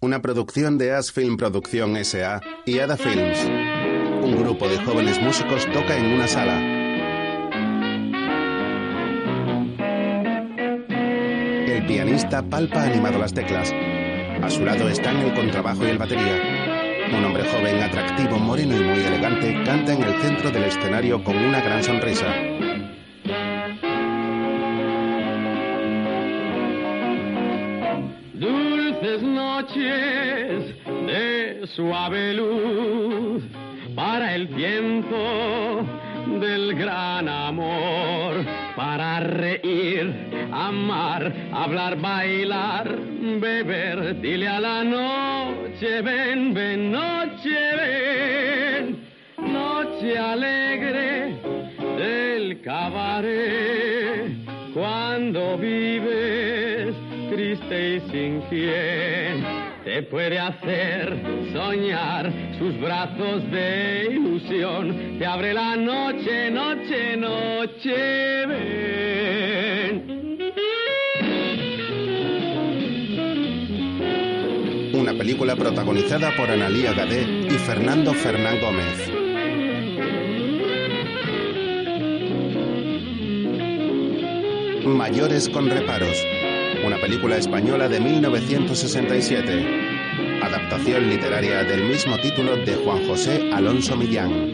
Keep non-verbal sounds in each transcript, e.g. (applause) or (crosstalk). una producción de As Film Producción S.A. y Ada Films. Un grupo de jóvenes músicos toca en una sala. El pianista palpa animado las teclas. A su lado están el contrabajo y el batería. Un hombre joven, atractivo, moreno y muy elegante canta en el centro del escenario con una gran sonrisa. Dulces noches de suave luz para el tiempo del gran amor, para reír, amar, hablar, bailar, beber. Dile a la noche, ven, ven, noche, ven, noche alegre del cabaret, cuando vives triste y sin quien te puede hacer soñar sus brazos de ilusión. Te abre la noche, noche, noche. Ven. Una película protagonizada por Analía Gadé y Fernando Fernán Gómez. Mayores con reparos. Una película española de 1967. Adaptación literaria del mismo título de Juan José Alonso Millán.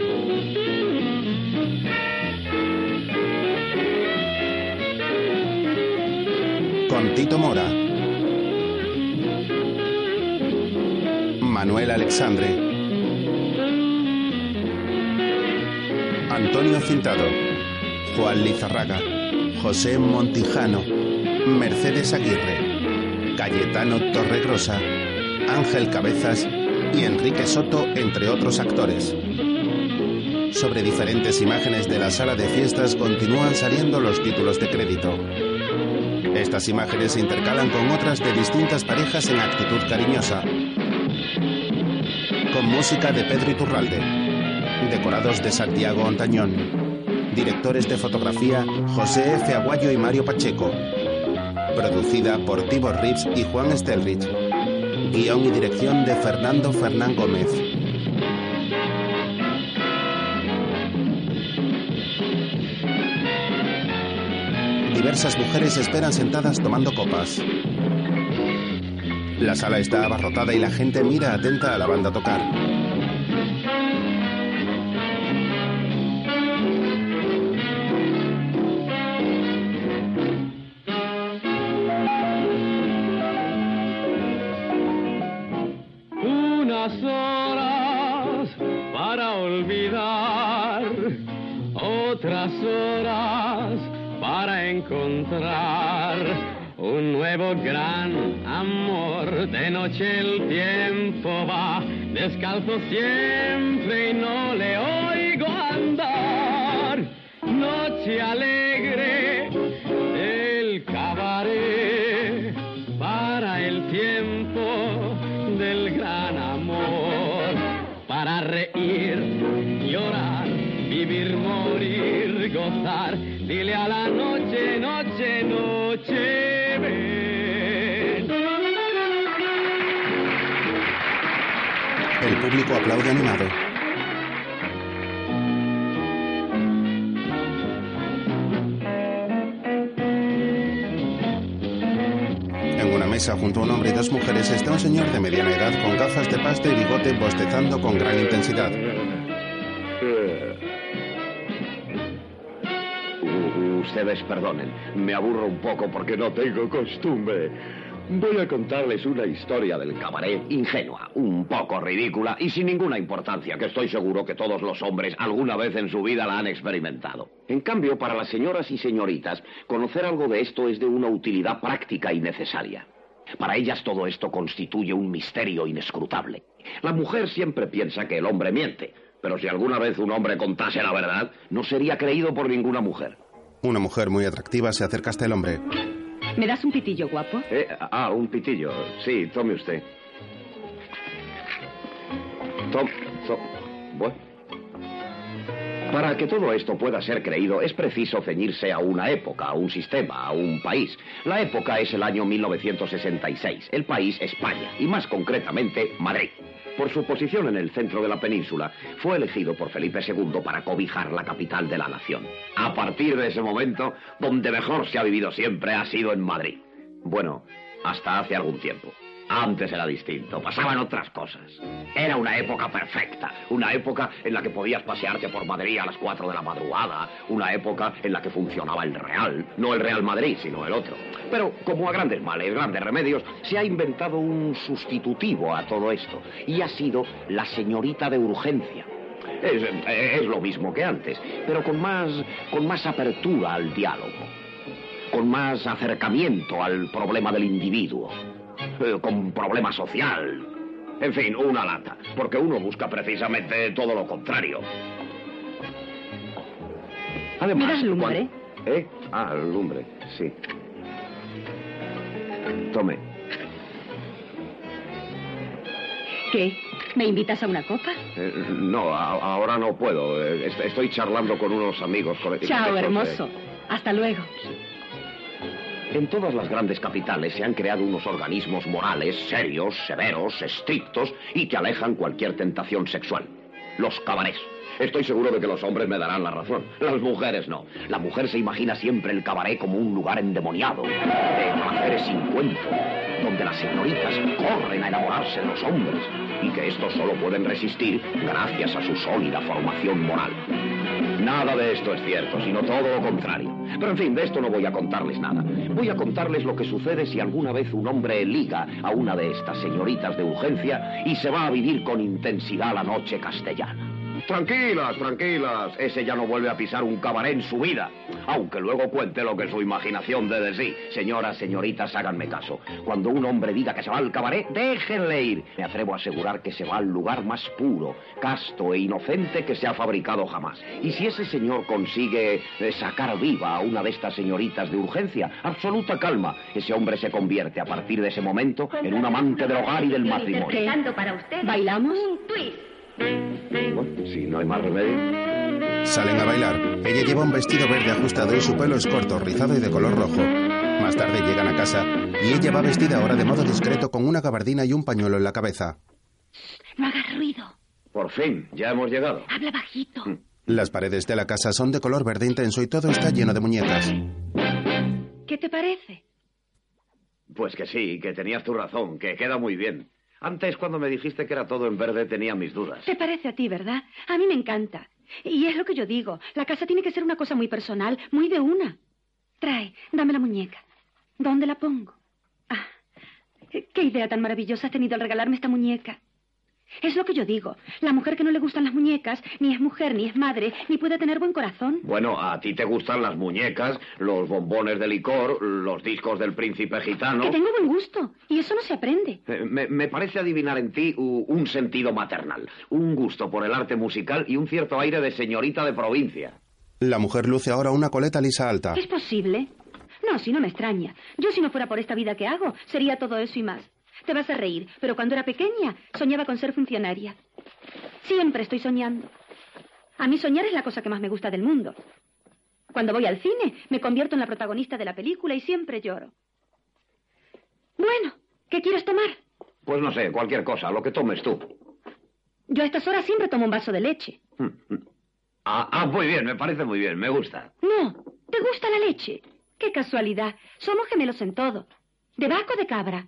Con Tito Mora. Manuel Alexandre. Antonio Cintado. Juan Lizarraga. José Montijano. Mercedes Aguirre. Cayetano Torregrosa. Ángel Cabezas y Enrique Soto, entre otros actores. Sobre diferentes imágenes de la sala de fiestas continúan saliendo los títulos de crédito. Estas imágenes se intercalan con otras de distintas parejas en actitud cariñosa. Con música de Pedro Iturralde. Decorados de Santiago Ontañón. Directores de fotografía José F. Aguayo y Mario Pacheco. Producida por Tibor Rips y Juan Stelrich. Guión y dirección de Fernando Fernán Gómez. Diversas mujeres esperan sentadas tomando copas. La sala está abarrotada y la gente mira atenta a la banda tocar. Unas horas para olvidar, otras horas para encontrar un nuevo gran amor. De noche el tiempo va descalzo siempre y no le oigo andar. Noche alegre, el cabaret para el tiempo del gran amor, para reír, llorar, vivir, morir, gozar. Dile a la noche, noche, noche, ven. El público aplaude animado. En una mesa junto a un hombre y dos mujeres está un señor de mediana edad con gafas de pasta y bigote bostezando con gran intensidad. U- Mm, Ustedes perdonen, me aburro un poco porque no tengo costumbre. Voy a contarles una historia del cabaret ingenua, un poco ridícula y sin ninguna importancia, que estoy seguro que todos los hombres alguna vez en su vida la han experimentado. En cambio, para las señoras y señoritas, conocer algo de esto es de una utilidad práctica y necesaria. Para ellas todo esto constituye un misterio inescrutable. La mujer siempre piensa que el hombre miente, pero si alguna vez un hombre contase la verdad, no sería creído por ninguna mujer. Una mujer muy atractiva se acerca hasta el hombre. ¿Me das un pitillo guapo? Eh, ah, un pitillo. Sí, tome usted. Tom, tom. Bueno. Para que todo esto pueda ser creído es preciso ceñirse a una época, a un sistema, a un país. La época es el año 1966, el país España y más concretamente Madrid. Por su posición en el centro de la península, fue elegido por Felipe II para cobijar la capital de la nación. A partir de ese momento, donde mejor se ha vivido siempre ha sido en Madrid. Bueno, hasta hace algún tiempo. Antes era distinto, pasaban otras cosas. Era una época perfecta, una época en la que podías pasearte por Madrid a las 4 de la madrugada, una época en la que funcionaba el Real, no el Real Madrid, sino el otro. Pero como a grandes males, grandes remedios, se ha inventado un sustitutivo a todo esto, y ha sido la señorita de urgencia. Es, es lo mismo que antes, pero con más, con más apertura al diálogo con más acercamiento al problema del individuo, eh, con problema social. En fin, una lata, porque uno busca precisamente todo lo contrario. ¿Me das lumbre? cuan- ¿Eh? Ah, lumbre, sí. Tome. ¿Qué? ¿Me invitas a una copa? Eh, no, a- ahora no puedo. eh, est- estoy charlando con unos amigos. con- Chao, con- hermoso. Hasta luego. En todas las grandes capitales se han creado unos organismos morales serios, severos, estrictos y que alejan cualquier tentación sexual. Los cabarets. Estoy seguro de que los hombres me darán la razón. Las mujeres no. La mujer se imagina siempre el cabaret como un lugar endemoniado, de placeres sin cuento, donde las señoritas corren a enamorarse de los hombres y que estos solo pueden resistir gracias a su sólida formación moral. Nada de esto es cierto, sino todo lo contrario. Pero en fin, de esto no voy a contarles nada. Voy a contarles lo que sucede si alguna vez un hombre liga a una de estas señoritas de urgencia y se va a vivir con intensidad la noche castellana. Tranquilas, tranquilas. Ese ya no vuelve a pisar un cabaret en su vida. Aunque luego cuente lo que su imaginación de sí. Señoras, señoritas, háganme caso. Cuando un hombre diga que se va al cabaret, déjenle ir. Me atrevo a asegurar que se va al lugar más puro, casto e inocente que se ha fabricado jamás. Y si ese señor consigue eh, sacar viva a una de estas señoritas de urgencia, absoluta calma. Ese hombre se convierte a partir de ese momento en un amante del hogar y del matrimonio. ¿Qué? para usted. ¿Bailamos? Bueno, si no hay más remedio. Salen a bailar. Ella lleva un vestido verde ajustado y su pelo es corto, rizado y de color rojo. Más tarde llegan a casa y ella va vestida ahora de modo discreto con una gabardina y un pañuelo en la cabeza. No hagas ruido. Por fin, ya hemos llegado. Habla bajito. Mm. Las paredes de la casa son de color verde intenso y todo está lleno de muñecas. ¿Qué te parece? Pues que sí, que tenías tu razón, que queda muy bien. Antes, cuando me dijiste que era todo en verde, tenía mis dudas. Te parece a ti, ¿verdad? A mí me encanta. Y es lo que yo digo. La casa tiene que ser una cosa muy personal, muy de una. Trae, dame la muñeca. ¿Dónde la pongo? Ah, qué idea tan maravillosa has tenido al regalarme esta muñeca. Es lo que yo digo. La mujer que no le gustan las muñecas, ni es mujer, ni es madre, ni puede tener buen corazón. Bueno, a ti te gustan las muñecas, los bombones de licor, los discos del príncipe gitano. Que tengo buen gusto. Y eso no se aprende. Eh, Me, me parece adivinar en ti u- un sentido maternal, un gusto por el arte musical y un cierto aire de señorita de provincia. La mujer luce ahora una coleta lisa alta. ¿Es posible? No, si no me extraña. Yo si no fuera por esta vida que hago, sería todo eso y más. Te vas a reír, pero cuando era pequeña soñaba con ser funcionaria. Siempre estoy soñando. A mí soñar es la cosa que más me gusta del mundo. Cuando voy al cine, me convierto en la protagonista de la película y siempre lloro. Bueno, ¿qué quieres tomar? Pues no sé, cualquier cosa, lo que tomes tú. (laughs) Yo a estas horas siempre tomo un vaso de leche. Ah, ah, muy bien, me parece muy bien, me gusta. No, ¿te gusta la leche? Qué casualidad. Somos gemelos en todo. ¿De vaca o de cabra?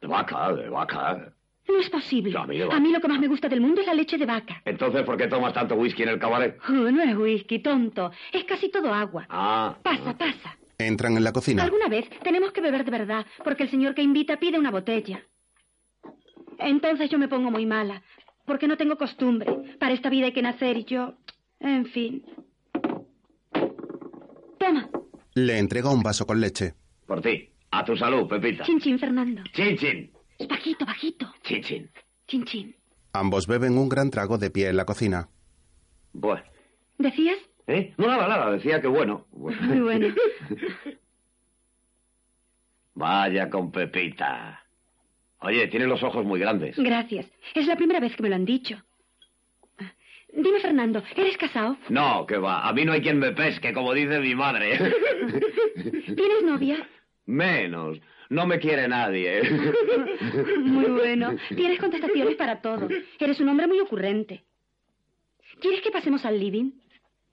De vaca, de vaca. No es posible. A mí de vaca. lo que más me gusta del mundo es la leche de vaca. Entonces, ¿por qué tomas tanto whisky en el cabaret? Oh, no es whisky, tonto. Es casi todo agua. Ah. Pasa, pasa. Entran en la cocina. Alguna vez tenemos que beber de verdad, porque el señor que invita pide una botella. Entonces yo me pongo muy mala, porque no tengo costumbre. Para esta vida hay que nacer y yo... En fin. Toma, Le entrega un vaso con leche. Por ti. A tu salud, Pepita. chin chin, Fernando. Chin, chin. Bajito, bajito. Chin, chin. Chin chin. Ambos beben un gran trago de pie en la cocina. Bueno. ¿Decías? ¿Eh? No, nada, nada. Decía que bueno. Muy bueno. Vaya con Pepita. Oye, tiene los ojos muy grandes. Gracias. Es la primera vez que me lo han dicho. Dime, Fernando, ¿eres casado? No, que va. A mí no hay quien me pesque, como dice mi madre. (laughs) ¿Tienes novia? Menos. No me quiere nadie. (laughs) Muy bueno. Tienes contestaciones para todo. Eres un hombre muy ocurrente. ¿Quieres que pasemos al living?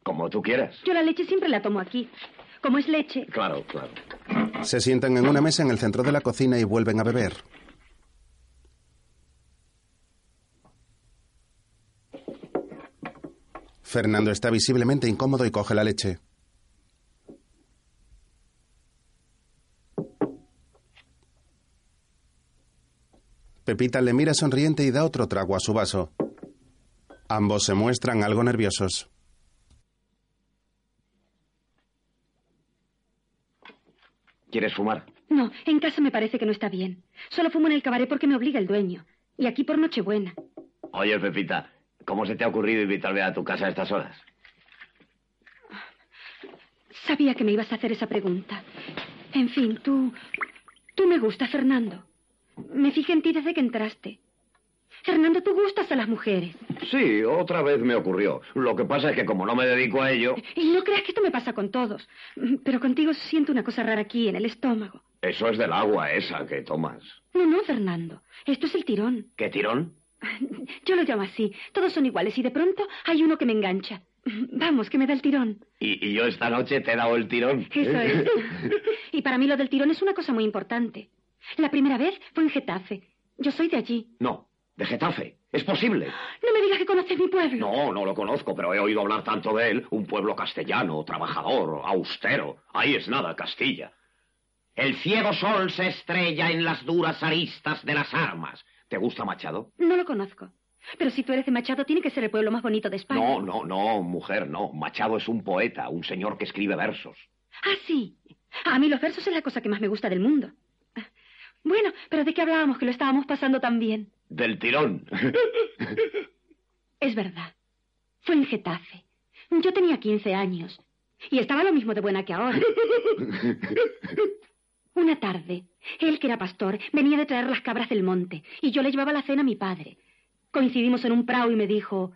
Como tú quieras. Yo la leche siempre la tomo aquí. Como es leche. Claro, claro. Se sientan en una mesa en el centro de la cocina y vuelven a beber. Fernando está visiblemente incómodo y coge la leche. Pepita le mira sonriente y da otro trago a su vaso. Ambos se muestran algo nerviosos. ¿Quieres fumar? No, en casa me parece que no está bien. Solo fumo en el cabaret porque me obliga el dueño. Y aquí por Nochebuena. Oye, Pepita, ¿cómo se te ha ocurrido invitarme a tu casa a estas horas? Sabía que me ibas a hacer esa pregunta. En fin, tú. Tú me gustas, Fernando. Me fijé en ti desde que entraste. Fernando, tú gustas a las mujeres. Sí, otra vez me ocurrió. Lo que pasa es que como no me dedico a ello... Y no creas que esto me pasa con todos. Pero contigo siento una cosa rara aquí, en el estómago. Eso es del agua esa que tomas. No, no, Fernando. Esto es el tirón. ¿Qué tirón? Yo lo llamo así. Todos son iguales y de pronto hay uno que me engancha. Vamos, que me da el tirón. Y, y yo esta noche te he dado el tirón. (laughs) Eso es. y para mí lo del tirón es una cosa muy importante. La primera vez fue en Getafe. Yo soy de allí. No, de Getafe. Es posible. No me digas que conoces mi pueblo. No, no lo conozco, pero he oído hablar tanto de él. Un pueblo castellano, trabajador, austero. Ahí es nada, Castilla. El ciego sol se estrella en las duras aristas de las armas. ¿Te gusta Machado? No lo conozco. Pero si tú eres de Machado, tiene que ser el pueblo más bonito de España. No, no, no, mujer, no. Machado es un poeta, un señor que escribe versos. Ah, sí. A mí los versos es la cosa que más me gusta del mundo. Bueno, pero ¿de qué hablábamos? Que lo estábamos pasando tan bien. Del tirón. es verdad. Fue en Getafe. Yo tenía 15 años. Y estaba lo mismo de buena que (laughs) ahora. Una tarde, él, que era pastor, venía de traer las cabras del monte. Y yo le llevaba la cena a mi padre. Coincidimos en un prado y me dijo...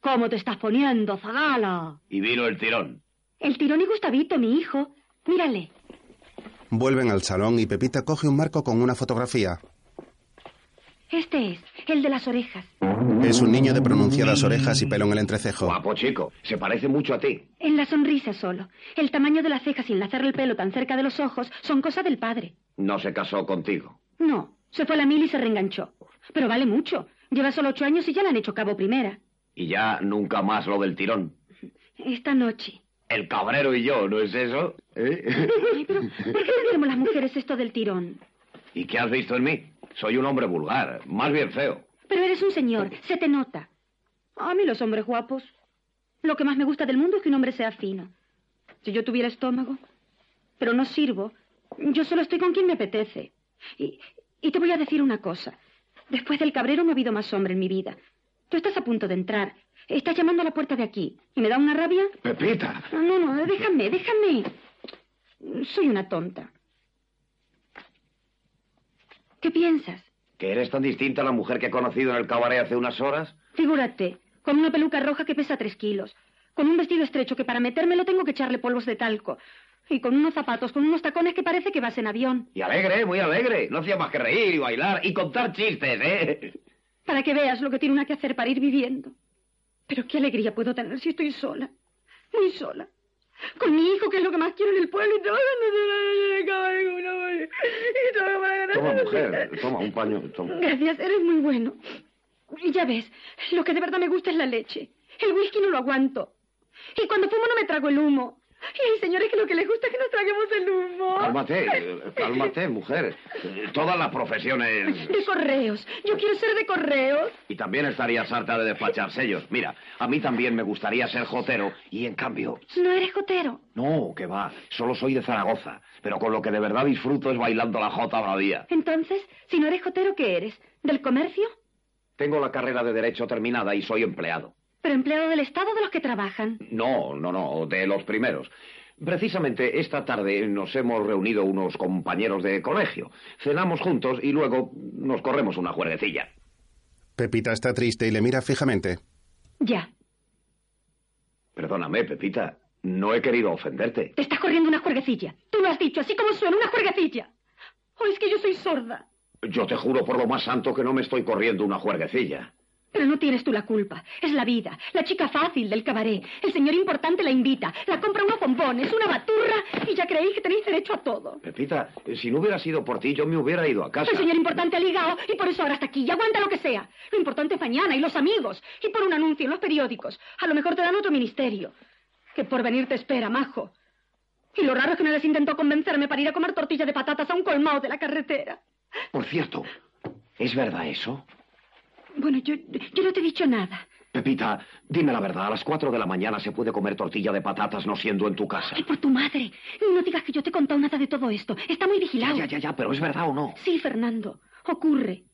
¿Cómo te estás poniendo, Zagala? Y vino el tirón. El tirón y Gustavito, mi hijo. Mírale. Vuelven al salón y Pepita coge un marco con una fotografía. Este es, el de las orejas. Es un niño de pronunciadas orejas y pelo en el entrecejo. Guapo chico, se parece mucho a ti. En la sonrisa solo. El tamaño de las cejas y enlazar el pelo tan cerca de los ojos son cosa del padre. No se casó contigo. No, se fue a la mil y se reenganchó. Pero vale mucho. Lleva solo ocho años y ya la han hecho cabo primera. Y ya nunca más lo del tirón. Esta noche. El cabrero y yo, ¿no es eso? ¿Eh? Ay, pero ¿por qué tendremos las mujeres esto del tirón? ¿Y qué has visto en mí? Soy un hombre vulgar, más bien feo. Pero eres un señor, se te nota. A mí los hombres guapos. Lo que más me gusta del mundo es que un hombre sea fino. Si yo tuviera estómago. Pero no sirvo. Yo solo estoy con quien me apetece. Y, y te voy a decir una cosa. Después del cabrero no ha habido más hombre en mi vida. Tú estás a punto de entrar. Estás llamando a la puerta de aquí. ¿Y me da una rabia? Pepita. No, no, no, déjame, déjame. Soy una tonta. ¿Qué piensas? ¿Que eres tan distinta a la mujer que he conocido en el cabaret hace unas horas? Figúrate, con una peluca roja que pesa tres kilos, con un vestido estrecho que para metérmelo tengo que echarle polvos de talco, y con unos zapatos, con unos tacones que parece que vas en avión. Y alegre, muy alegre. No hacía más que reír y bailar y contar chistes, ¿eh? Para que veas lo que tiene una que hacer para ir viviendo. Pero qué alegría puedo tener si estoy sola. Muy sola. Con mi hijo, que es lo que más quiero en el pueblo, y todo y todo para ganar- Toma, mujer, toma un paño. Toma. Gracias, eres muy bueno. Y ya ves, lo que de verdad me gusta es la leche. El whisky no lo aguanto. Y cuando fumo no me trago el humo. Y hay señores que lo que les gusta es que nos traguemos el humo. Cálmate, eh, cálmate, mujer. Eh, Todas las profesiones. De correos. Yo quiero ser de correos. Y también estarías harta de despachar sellos. Mira, a mí también me gustaría ser jotero y en cambio... No eres jotero. No, que va, solo soy de Zaragoza, pero con lo que de verdad disfruto es bailando la jota bravía. Entonces, si no eres jotero, ¿qué eres? ¿Del comercio? Tengo la carrera de Derecho terminada y soy empleado. Pero empleado del Estado de los que trabajan. No, no, no, de los primeros. Precisamente esta tarde nos hemos reunido unos compañeros de colegio. Cenamos juntos y luego nos corremos una juerguecilla. Pepita está triste y le mira fijamente. Ya. Perdóname, Pepita. No he querido ofenderte. Te estás corriendo una juerguecilla. Tú lo has dicho, así como suena, una juerguecilla. O es que yo soy sorda. Yo te juro por lo más santo que no me estoy corriendo una juerguecilla. Pero no tienes tú la culpa. Es la vida. La chica fácil del cabaret. El señor importante la invita. La compra unos bombones, una baturra y ya creéis que tenéis derecho a todo. Pepita, si no hubiera sido por ti, yo me hubiera ido a casa. El señor importante ha ligado y por eso ahora está aquí. Y aguanta lo que sea. Lo importante es mañana y los amigos. Y por un anuncio en los periódicos. A lo mejor te dan otro ministerio. Que por venir te espera, majo. Y lo raro es que no les intentó convencerme para ir a comer tortilla de patatas a un colmado de la carretera. Por cierto, ¿es verdad eso? Bueno, yo, yo no te he dicho nada. Pepita, dime la verdad. A las cuatro de la mañana se puede comer tortilla de patatas no siendo en tu casa. Ay, por tu madre. No digas que yo te he contado nada de todo esto. Está muy vigilado. Ya, ya, ya, pero ¿es verdad o no? Sí, Fernando. Ocurre.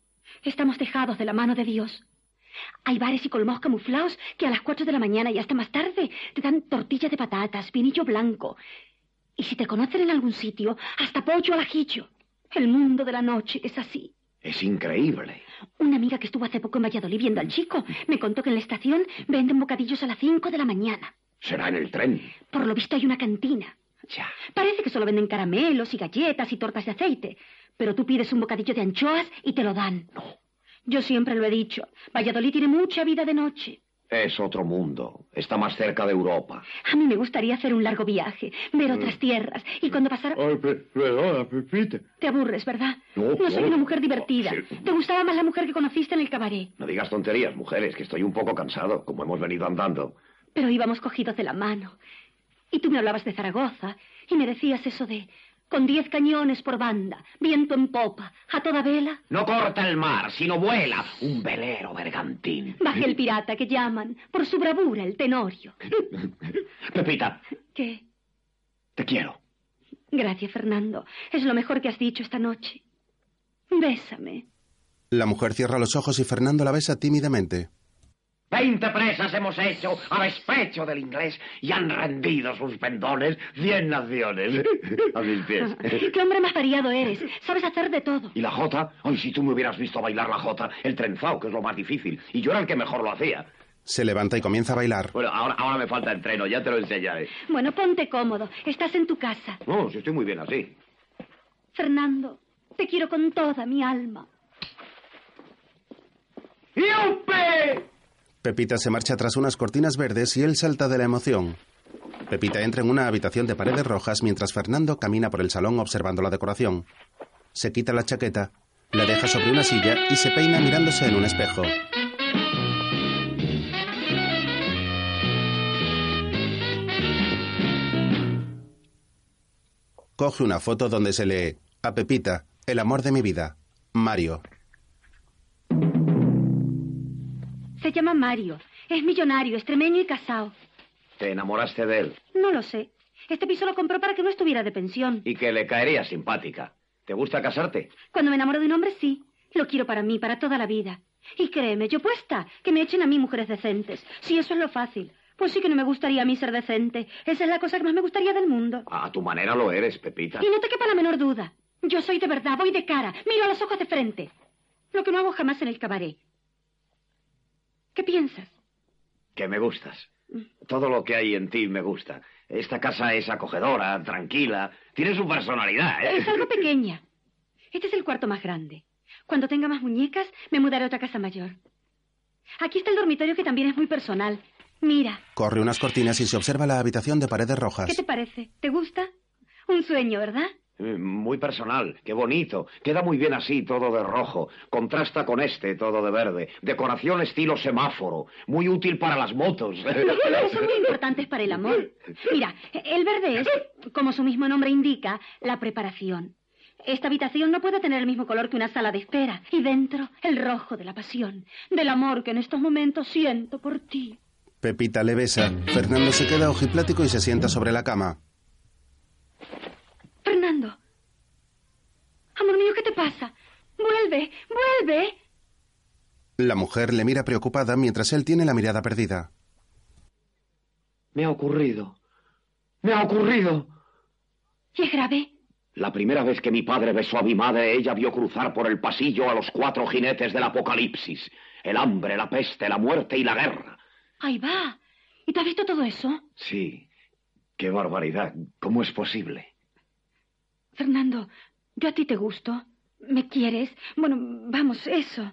Estamos dejados de la mano de Dios. Hay bares y colmados camuflados que a las cuatro de la mañana y hasta más tarde te dan tortilla de patatas, vinillo blanco. Y si te conocen en algún sitio, hasta pollo al ajillo. El mundo de la noche es así. Es increíble. Una amiga que estuvo hace poco en Valladolid viendo al chico me contó que en la estación venden bocadillos a las cinco de la mañana. Será en el tren. Por lo visto hay una cantina. Ya. Parece que solo venden caramelos y galletas y tortas de aceite. Pero tú pides un bocadillo de anchoas y te lo dan. No. Yo siempre lo he dicho. Valladolid tiene mucha vida de noche. Es otro mundo. Está más cerca de Europa. A mí me gustaría hacer un largo viaje, ver otras Mm. tierras y cuando pasara... Ay, pe- perdona, Pepita. Te aburres, ¿verdad? Oh. No, soy no. una mujer divertida. Sí. Te gustaba más la mujer que conociste en el cabaret. No digas tonterías, mujeres, que estoy un poco cansado, como hemos venido andando. Pero íbamos cogidos de la mano. Y tú me hablabas de Zaragoza y me decías eso de... Con diez cañones por banda, viento en popa, a toda vela, No corta el mar, sino vuela. Un velero bergantín. baje el pirata que llaman, por su bravura el tenorio. Pepita, ¿Qué? te quiero. Gracias, Fernando. Es lo mejor que has dicho esta noche. Bésame. La mujer cierra los ojos y Fernando la besa tímidamente. Veinte presas hemos hecho a despecho del inglés y han rendido sus pendones cien naciones. (laughs) A mis pies. Qué hombre más variado eres. Sabes hacer de todo. (laughs) ¿Y la jota? Ay, si tú me hubieras visto bailar la jota, el trenzao, que es lo más difícil. Y yo era el que mejor lo hacía. Se levanta y comienza a bailar. Bueno, ahora, ahora me falta entreno, ya te lo enseñaré. Bueno, ponte cómodo. Estás en tu casa. No, si estoy muy bien así. Fernando, te quiero con toda mi alma. ¡Yupe! Pepita se marcha tras unas cortinas verdes y él salta de la emoción. Pepita entra en una habitación de paredes rojas mientras Fernando camina por el salón observando la decoración. Se quita la chaqueta, la deja sobre una silla y se peina mirándose en un espejo. Coge una foto donde se lee A Pepita, el amor de mi vida. Mario. Se llama Mario. Es millonario, extremeño y casado. Te enamoraste de él No lo sé. Este piso lo compró para que no estuviera de pensión. y que le caería simpática. ¿Te gusta casarte? Cuando me enamoro de un hombre, sí. Lo quiero para mí, para toda la vida. Y créeme, yo puesta, que me echen a mí mujeres decentes. Si eso es lo fácil. Pues sí que no me gustaría a mí ser decente. Esa es la cosa que más me gustaría del mundo. A tu manera lo eres, Pepita. Y no te quepa la menor duda. Yo soy de verdad, voy de cara, miro a los ojos de frente. Lo que no hago jamás en el cabaret. ¿Qué piensas? Que me gustas. Todo lo que hay en ti me gusta. Esta casa es acogedora, tranquila. Tiene su personalidad, ¿eh? Es algo pequeña. Este es el cuarto más grande. Cuando tenga más muñecas, me mudaré a otra casa mayor. Aquí está el dormitorio que también es muy personal. Mira, Corre unas cortinas y se observa la habitación de paredes rojas. ¿qué te parece? ¿Te gusta? Un sueño, ¿verdad? Eh, Muy personal, qué bonito. Queda muy bien así, todo de rojo. Contrasta con este, todo de verde. Decoración estilo semáforo. Muy útil para las motos. (laughs) Los colores son muy importantes para el amor. Mira, el verde es, como su mismo nombre indica, la preparación. Esta habitación no puede tener el mismo color que una sala de espera. Y dentro, el rojo de la pasión, del amor que en estos momentos siento por ti. Pepita le besa. Fernando se queda ojiplático y se sienta sobre la cama. Fernando. Amor mío, ¿qué te pasa? Vuelve, vuelve. La mujer le mira preocupada mientras él tiene la mirada perdida. Me ha ocurrido. Me ha ocurrido. ¿Y es grave? La primera vez que mi padre besó a mi madre, ella vio cruzar por el pasillo a los cuatro jinetes del apocalipsis. El hambre, la peste, la muerte y la guerra. Ahí va. ¿Y te has visto todo eso? Sí. Qué barbaridad. ¿Cómo es posible? Fernando, yo a ti te gusto. ¿Me quieres? Bueno, vamos, eso.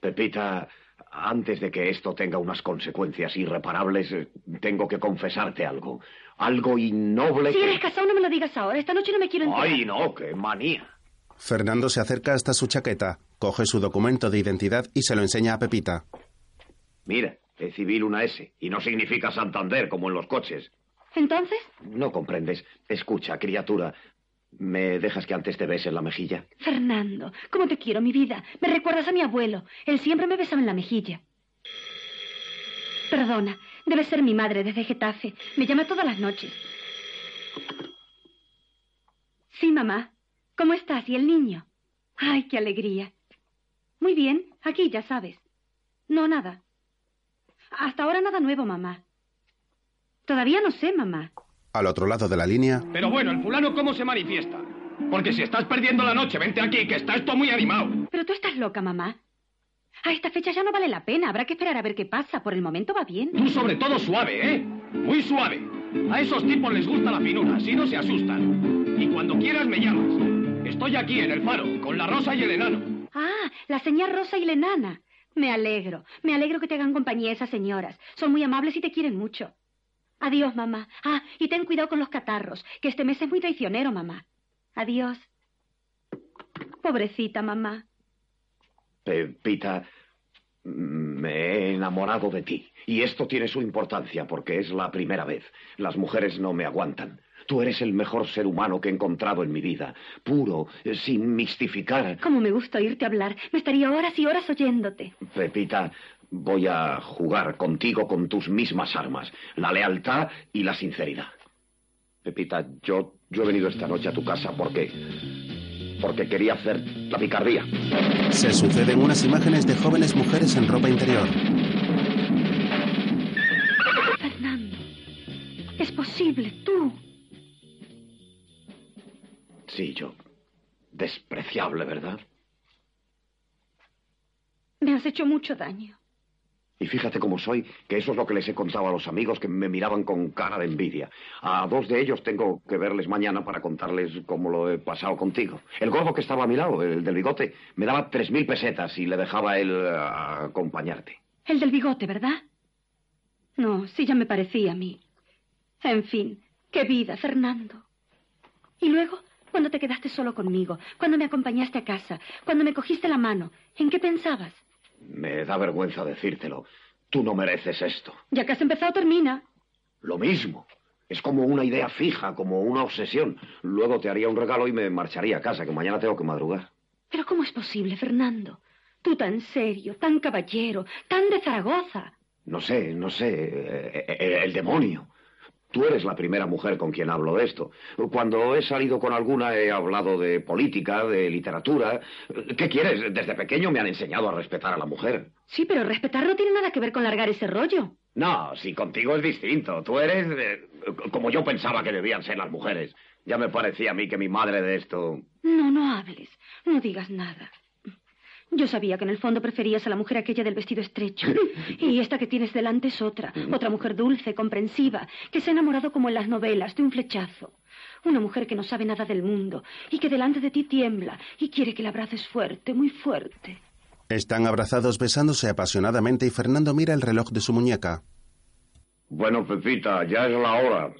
Pepita, antes de que esto tenga unas consecuencias irreparables, eh, tengo que confesarte algo. Algo innoble Si que- eres casado, no me lo digas ahora. Esta noche no me quiero enterar. ¡Ay, no! ¡Qué manía! Fernando se acerca hasta su chaqueta, coge su documento de identidad y se lo enseña a Pepita. Mira, es civil una S y no significa Santander como en los coches. ¿Entonces? No comprendes. Escucha, criatura. ¿Me dejas que antes te bese en la mejilla? Fernando, ¿cómo te quiero, mi vida? Me recuerdas a mi abuelo. Él siempre me besaba en la mejilla. Perdona, debe ser mi madre desde Getafe. Me llama todas las noches. Sí, mamá. ¿Cómo estás? ¿Y el niño? Ay, qué alegría. Muy bien, aquí ya sabes. No, nada. Hasta ahora nada nuevo, mamá. Todavía no sé, mamá. Al otro lado de la línea, Pero bueno, el fulano cómo se manifiesta. Porque si estás perdiendo la noche, vente aquí, que está esto muy animado. Pero tú estás loca, mamá. A esta fecha ya no vale la pena. Habrá que esperar a ver qué pasa. Por el momento va bien. Tú sobre todo suave, ¿eh? Muy suave. A esos tipos les gusta la finura, así no se asustan. Y cuando quieras me llamas. Estoy aquí en el faro, con la rosa y el enano. Ah, la señal Rosa y la enana. Me alegro. Me alegro que te hagan compañía esas señoras. Son muy amables y te quieren mucho. Adiós, mamá. Ah, y ten cuidado con los catarros, que este mes es muy traicionero, mamá. Adiós. Pobrecita, mamá. Pepita, me he enamorado de ti. Y esto tiene su importancia porque es la primera vez. Las mujeres no me aguantan. Tú eres el mejor ser humano que he encontrado en mi vida. Puro, eh, sin mistificar. Cómo me gusta oírte hablar. Me estaría horas y horas oyéndote. Pepita, voy a jugar contigo con tus mismas armas. La lealtad y la sinceridad. Pepita, yo, yo he venido esta noche a tu casa porque... Porque quería hacer la picardía. se suceden unas imágenes de jóvenes mujeres en ropa interior. Fernando. Es posible, tú. Sí, yo. Despreciable, ¿verdad? Me has hecho mucho daño. Y fíjate cómo soy, que eso es lo que les he contado a los amigos que me miraban con cara de envidia. A dos de ellos tengo que verles mañana para contarles cómo lo he pasado contigo. El gordo que estaba a mi lado, el del bigote, me daba tres mil pesetas y le dejaba él eh, acompañarte. El del bigote, ¿verdad? No, sí ya me parecía a mí. En fin, qué vida, Fernando. Y luego, cuando te quedaste solo conmigo, cuando me acompañaste a casa, cuando me cogiste la mano, ¿en qué pensabas? Me da vergüenza decírtelo. Tú no mereces esto. Ya que has empezado, termina. Lo mismo. Es como una idea fija, como una obsesión. Luego te haría un regalo y me marcharía a casa, que mañana tengo que madrugar. Pero ¿cómo es posible, Fernando? Tú tan serio, tan caballero, tan de Zaragoza. No sé, no sé. eh, eh, eh, El demonio. Tú eres la primera mujer con quien hablo de esto. Cuando he salido con alguna he hablado de política, de literatura. ¿Qué quieres? Desde pequeño me han enseñado a respetar a la mujer. Sí, pero respetar no tiene nada que ver con largar ese rollo. No, si contigo es distinto. Tú eres eh, como yo pensaba que debían ser las mujeres. Ya me parecía a mí que mi madre de esto... No, no hables, no digas nada. Yo sabía que en el fondo preferías a la mujer aquella del vestido estrecho. Y esta que tienes delante es otra, otra mujer dulce, comprensiva, que se ha enamorado como en las novelas, de un flechazo. Una mujer que no sabe nada del mundo y que delante de ti tiembla y quiere que la abraces fuerte, muy fuerte. Están abrazados besándose apasionadamente y Fernando mira el reloj de su muñeca. Bueno, Pepita, ya es la hora.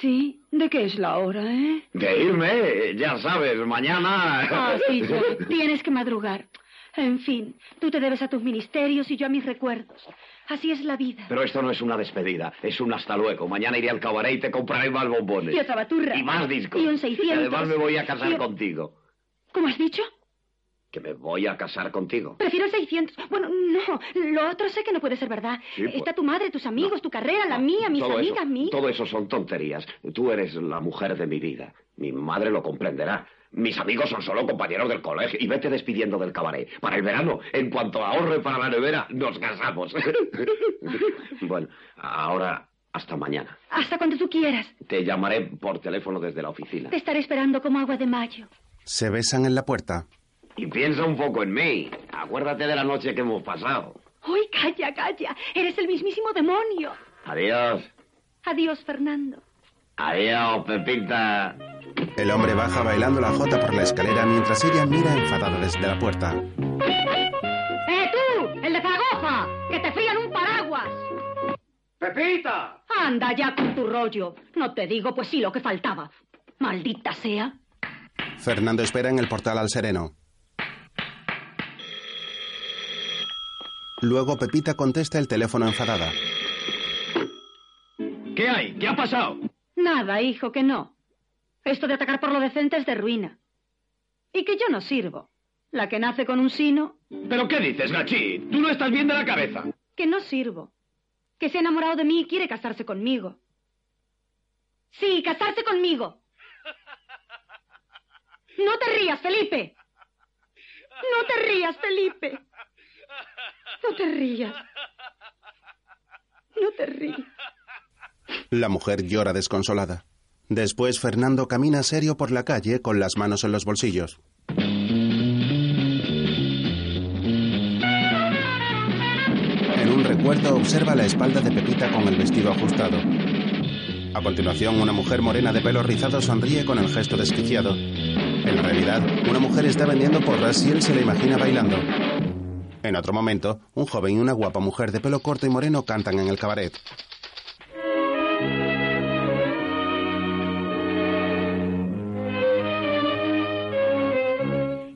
Sí, ¿de qué es la hora, eh? De irme, ya sabes, mañana... Ah, sí, ya. tienes que madrugar. En fin, tú te debes a tus ministerios y yo a mis recuerdos. Así es la vida. Pero esto no es una despedida, es un hasta luego. Mañana iré al cabaret y te compraré más bombones. Y otra baturra. Y más discos. Y un 600. Y además me voy a casar Y- contigo. ¿Cómo has dicho? Que me voy a casar contigo. Prefiero el 600. Bueno, no, lo otro sé que no puede ser verdad. Sí, pues- Está tu madre, tus amigos, tu carrera, la mía, mis Todo eso- amigas, mi... Todo eso son tonterías. Tú eres la mujer de mi vida. Mi madre lo comprenderá. Mis amigos son solo compañeros del colegio. Y vete despidiendo del cabaret. Para el verano, en cuanto ahorre para la nevera, nos casamos. (laughs) bueno, ahora hasta mañana. Hasta cuando tú quieras. Te llamaré por teléfono desde la oficina. Te estaré esperando como agua de mayo. Se besan en la puerta. Y piensa un poco en mí. Acuérdate de la noche que hemos pasado. ¡Uy, calla, calla! ¡Eres el mismísimo demonio! Adiós. Adiós, Fernando. Adiós, Pepita. El hombre baja bailando la jota por la escalera mientras ella mira enfadada desde la puerta. ¡Eh, tú! ¡El de Zaragoza! ¡Que te frían un paraguas! ¡Pepita! Anda ya con tu rollo. No te digo, pues sí, lo que faltaba. Maldita sea. Fernando espera en el portal al sereno. Luego Pepita contesta el teléfono enfadada. ¿Qué hay? ¿Qué ha pasado? Nada, hijo, que no. Esto de atacar por lo decente es de ruina. Y que yo no sirvo. La que nace con un sino, ¿Pero qué dices, Gachi? Tú no estás bien de la cabeza. que no sirvo. Que se ha enamorado de mí y quiere casarse conmigo. Sí, casarse conmigo. No te rías, Felipe. No te rías, Felipe. No te rías. No te rías. La mujer llora desconsolada. Después Fernando camina serio por la calle con las manos en los bolsillos. En un recuerdo observa la espalda de Pepita con el vestido ajustado. A continuación, una mujer morena de pelo rizado sonríe con el gesto desquiciado. En realidad, una mujer está vendiendo porras y él se la imagina bailando. En otro momento, un joven y una guapa mujer de pelo corto y moreno cantan en el cabaret.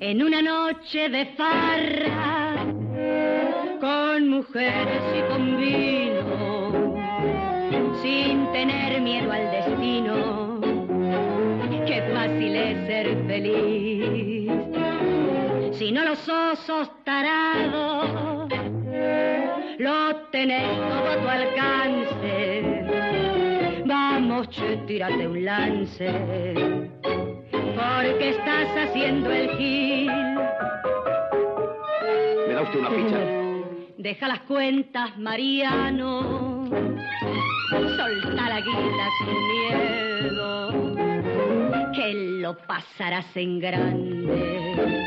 En una noche de farra, con mujeres y con vino, sin tener miedo al destino, qué fácil es ser feliz. Si no los osos tarados, lo tenés todo a tu alcance. Vamos, che, tírate un lance porque estás haciendo el gil. ¿Me da usted una ficha? (laughs) Deja las cuentas, Mariano. Solta la guita sin miedo, que lo pasarás en grande.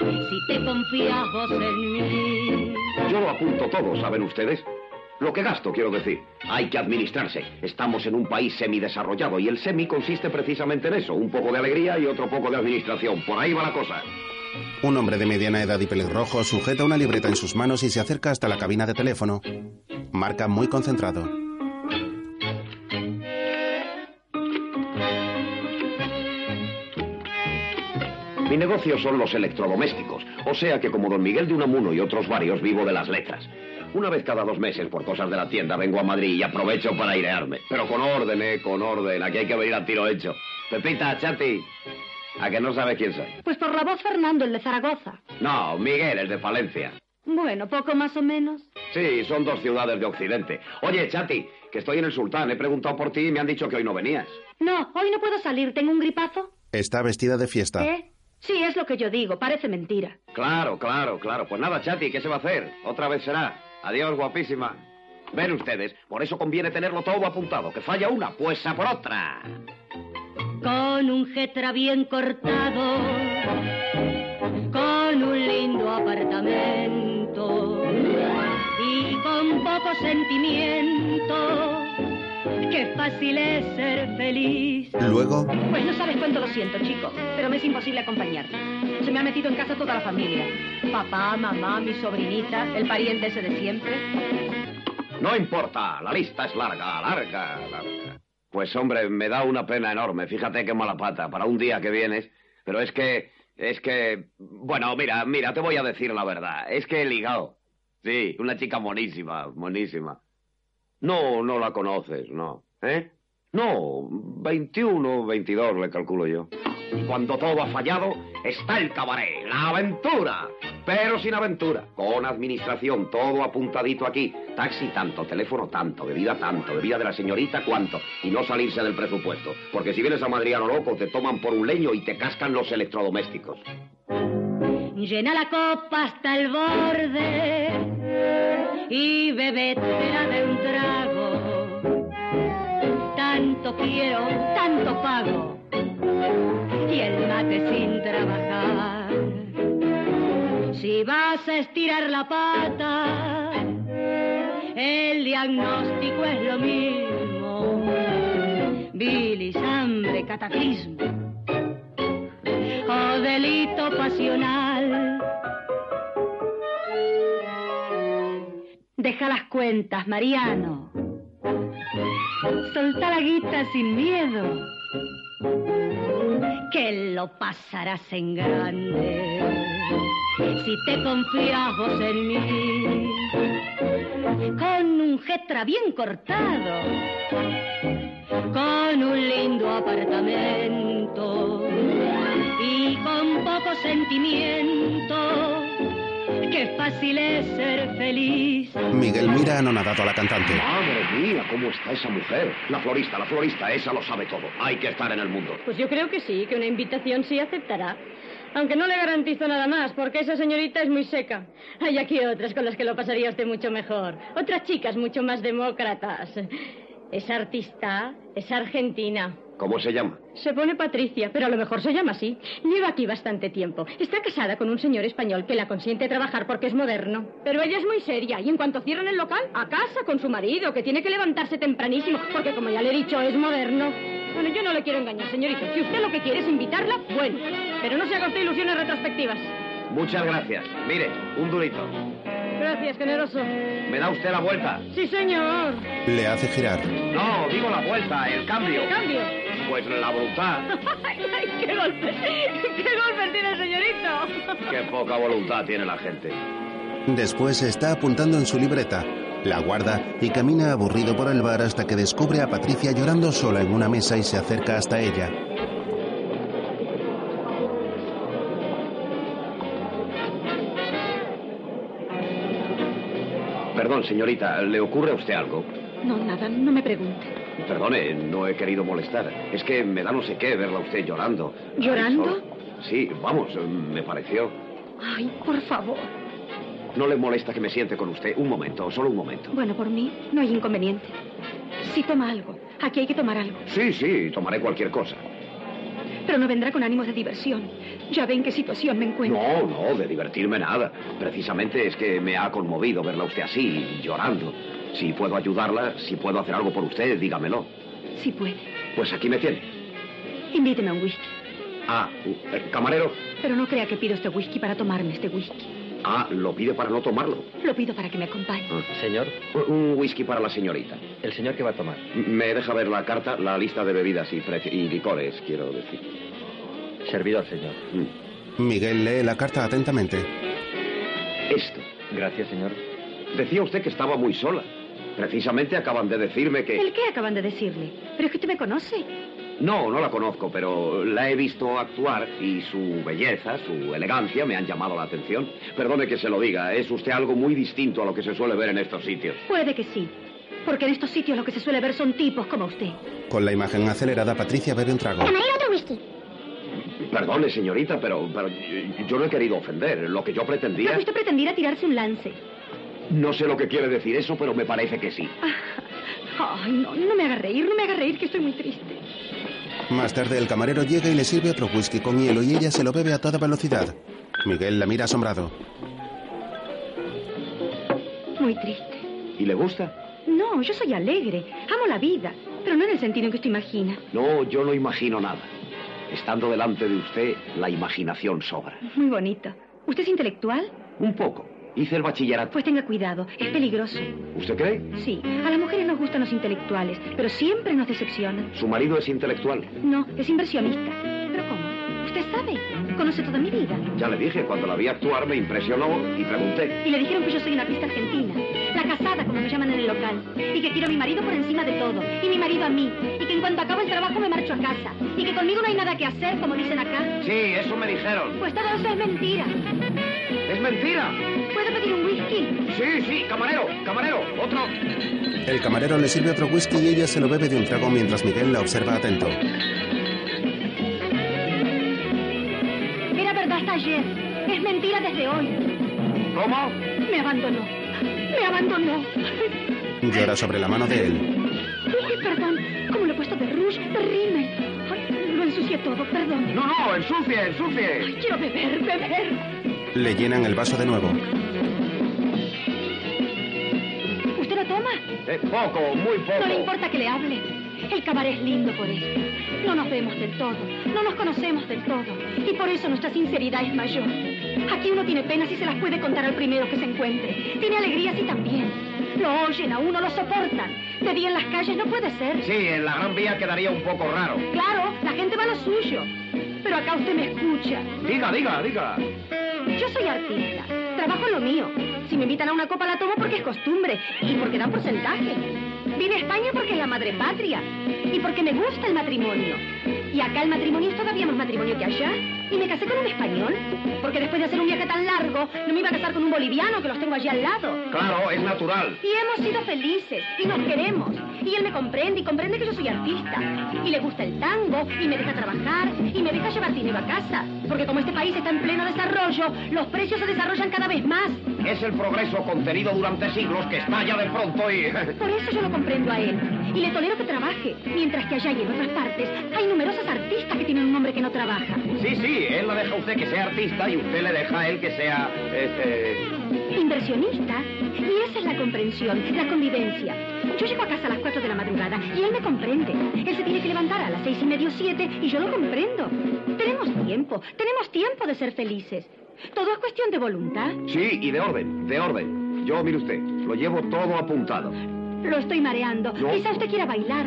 Si te confías vos en mí. Yo lo apunto todo, ¿saben ustedes? Lo que gasto, quiero decir. Hay que administrarse. Estamos en un país semidesarrollado y el semi consiste precisamente en eso. Un poco de alegría y otro poco de administración. Por ahí va la cosa. Un hombre de mediana edad y pelirrojo sujeta una libreta en sus manos y se acerca hasta la cabina de teléfono. Marca muy concentrado. Mi negocio son los electrodomésticos, o sea que como don Miguel de Unamuno y otros varios vivo de las letras. Una vez cada dos meses por cosas de la tienda vengo a Madrid y aprovecho para airearme. Pero con orden, eh, con orden, aquí hay que venir a tiro hecho. Pepita, Chati, a que no sabes quién soy. Pues por la voz Fernando, el de Zaragoza. No, Miguel es de Palencia. Bueno, poco más o menos. Sí, son dos ciudades de Occidente. Oye, Chati, que estoy en el Sultán, he preguntado por ti y me han dicho que hoy no venías. No, hoy no puedo salir, tengo un gripazo. Está vestida de fiesta. ¿Eh? Sí, es lo que yo digo, parece mentira. Claro, claro, claro. Pues nada, Chati, ¿qué se va a hacer? Otra vez será. Adiós, guapísima. Ven ustedes, por eso conviene tenerlo todo apuntado. Que falla una, pues a por otra. con un jetra bien cortado, con un lindo apartamento y con poco sentimiento. Qué fácil es ser feliz. Luego, Pues no sabes cuánto lo siento, chico, pero me es imposible acompañarte. Se me ha metido en casa toda la familia. Papá, mamá, mi sobrinita, el pariente ese de siempre. No importa, la lista es larga, larga, larga. Pues hombre, me da una pena enorme. Fíjate qué mala pata para un día que vienes. Pero es que, es que, bueno, mira, mira, te voy a decir la verdad. Es que he ligado. Sí, una chica monísima, monísima. No, no la conoces, no. ¿Eh? No, 21, 22 le calculo yo. Cuando todo ha fallado, está el cabaret, la aventura. Pero sin aventura, con administración, todo apuntadito aquí. Taxi tanto, teléfono tanto, bebida tanto, bebida de la señorita cuánto. Y no salirse del presupuesto, porque si vienes a Madrid a lo loco, te toman por un leño y te cascan los electrodomésticos. Llena la copa hasta el borde y bebetela de un trago. Tanto quiero, tanto pago y el mate sin trabajar. Si vas a estirar la pata, el diagnóstico es lo mismo. Bilis, hambre, cataclismo o delito pasional. Deja las cuentas, Mariano. Solta la guita sin miedo. Que lo pasarás en grande. Si te confías vos en mí. Con un jetra bien cortado. Con un lindo apartamento. Y con poco sentimiento. Qué fácil es ser feliz. Miguel mira anonadado a la cantante. Madre mía, ¿cómo está esa mujer? La florista, la florista, esa lo sabe todo. Hay que estar en el mundo. Pues yo creo que sí, que una invitación sí aceptará. Aunque no le garantizo nada más, porque esa señorita es muy seca. Hay aquí otras con las que lo pasaría usted mucho mejor. Otras chicas mucho más demócratas. Es artista, es argentina. ¿Cómo se llama? Se pone Patricia, pero a lo mejor se llama así. Lleva aquí bastante tiempo. Está casada con un señor español que la consiente trabajar porque es moderno. Pero ella es muy seria y en cuanto cierran el local, a casa con su marido, que tiene que levantarse tempranísimo, porque como ya le he dicho, es moderno. Bueno, yo no le quiero engañar, señorita. Si usted lo que quiere es invitarla, bueno. Pero no se haga usted ilusiones retrospectivas. Muchas gracias. Mire, un durito. Gracias, generoso. ¿Me da usted la vuelta? Sí, señor. Le hace girar. No, digo la vuelta, el cambio. Cambio. Pues la voluntad. ¡Ay, ay, qué golpe! ¡Qué golpe tiene el señorito! Qué poca voluntad tiene la gente. Después está apuntando en su libreta. La guarda y camina aburrido por el bar hasta que descubre a Patricia llorando sola en una mesa y se acerca hasta ella. Perdón, señorita, ¿le ocurre a usted algo? No, nada, no me pregunte. Perdone, no he querido molestar. Es que me da no sé qué verla a usted llorando. ¿Llorando? Ay, sor- Sí, vamos, eh, me pareció. Ay, por favor. No le molesta que me siente con usted. Un momento, solo un momento. Bueno, por mí no hay inconveniente. Si toma algo, aquí hay que tomar algo. Sí, sí, tomaré cualquier cosa. Pero no vendrá con ánimos de diversión. Ya ven qué situación me encuentro. No, no, de divertirme nada. Precisamente es que me ha conmovido verla a usted así, llorando. Si puedo ayudarla, si puedo hacer algo por usted, dígamelo. Si puede, Pues aquí me tiene. invíteme a un whisky. Ah, eh, camarero. Pero no crea que pido este whisky para tomarme este whisky. Ah, lo pide para no tomarlo. Lo pido para que me acompañe. Ah. Señor, Un whisky para la señorita. el señor que va a tomar. Me deja ver la carta, la lista de bebidas y, preci- y licores, quiero decir. Servidor, señor. Mm. Miguel lee la carta atentamente. Esto. Gracias, señor. Decía usted que estaba muy sola. Precisamente acaban de decirme ¿El que... qué acaban de decirle? ¿Pero es que usted me conoce? No, no la conozco, pero la he visto actuar y su belleza, su elegancia me han llamado la atención. Perdone que se lo diga, es usted algo muy distinto a lo que se suele ver en estos sitios. Puede que sí. Porque en estos sitios lo que se suele ver son tipos como usted. Con la imagen acelerada, Patricia bebe un trago. Camarero, otro whisky. Perdone, señorita, pero, pero yo no he querido ofender. Lo que yo Lo pretendía... que usted pretendiera tirarse un lance. No sé lo que quiere decir eso, pero me parece que sí. Ay, no, no me haga reír, no me haga reír, que estoy muy triste. Más tarde, el camarero llega y le sirve otro whisky con hielo y ella se lo bebe a toda velocidad. Miguel la mira asombrado. Muy triste. ¿Y le gusta? No, yo soy alegre. Amo la vida. Pero no en el sentido en que usted imagina. No, yo no imagino nada. Estando delante de usted, la imaginación sobra. Muy bonito. ¿Usted es intelectual? Un poco. Hice el bachillerato. Pues tenga cuidado. Es peligroso. ¿Usted cree? Sí, a las mujeres nos gustan los intelectuales, pero siempre nos decepcionan. Su marido es intelectual. No, es inversionista. ¿Pero cómo? Usted sabe. Conoce toda mi vida. Ya le dije, cuando la vi actuar me impresionó y pregunté. Y le dijeron que yo soy una artista argentina. La casada, como me llaman en el local. Y que quiero a mi marido por encima de todo. Y mi marido a mí. Y que en cuanto acabo el trabajo me marcho a casa. Y que conmigo no hay nada que hacer, como dicen acá. Sí, eso me dijeron. Pues todo eso es mentira. ¡Es mentira! ¿Puedo pedir un whisky? Sí, sí, camarero, camarero, otro. El camarero le sirve otro whisky y ella se lo bebe de un trago mientras Miguel la observa atento. Era verdad hasta ayer. Es mentira desde hoy. ¿Cómo? Me abandonó. Me abandonó. Llora sobre la mano de él. Ay, perdón. Como lo he puesto de rouge, de rímel. Ay, lo ensucié todo, perdón. No, no, ensucie, ensucie. Ay, quiero beber, beber. Le llenan el vaso de nuevo. ¿Usted lo toma? Eh, poco, muy poco. No le importa que le hable. El cabaret es lindo por eso. No nos vemos del todo, no nos conocemos del todo. Y por eso nuestra sinceridad es mayor. Aquí uno tiene penas y se las puede contar al primero que se encuentre. Tiene alegrías y también. Lo oyen a uno, lo soportan. De día en las calles no puede ser. Sí, en la Gran Vía quedaría un poco raro. Claro, la gente va a lo suyo. Pero acá usted me escucha. Diga, diga, diga. Yo soy artista. Trabajo en lo mío. Si me invitan a una copa la tomo porque es costumbre y porque dan porcentaje. Vine a España porque es la madre patria y porque me gusta el matrimonio. Y acá el matrimonio es todavía más matrimonio que allá. Y me casé con un español. Porque después de hacer un viaje tan largo, no me iba a casar con un boliviano que los tengo allí al lado. Claro, es natural. Y hemos sido felices y nos queremos. Y él me comprende y comprende que yo soy artista. Y le gusta el tango y me deja trabajar y me deja llevar dinero a casa. Porque como este país está en pleno desarrollo, los precios se desarrollan cada vez más. Es el progreso contenido durante siglos que estalla de pronto y... (laughs) Por eso yo lo comprendo a él. Y le tolero que trabaje. Mientras que allá y en otras partes hay numerosos artistas que tienen un hombre que no trabaja. Sí, sí, él le deja a usted que sea artista y usted le deja a él que sea... Este... Inversionista. Y esa es la comprensión, la convivencia. Yo llego a casa a las 4 de la madrugada y él me comprende. Él se tiene que levantar a las seis y medio, siete y yo lo comprendo. Tenemos tiempo, tenemos tiempo de ser felices. Todo es cuestión de voluntad. Sí, y de orden, de orden. Yo, mire usted, lo llevo todo apuntado. Lo estoy mareando. No. Quizá usted quiera bailar.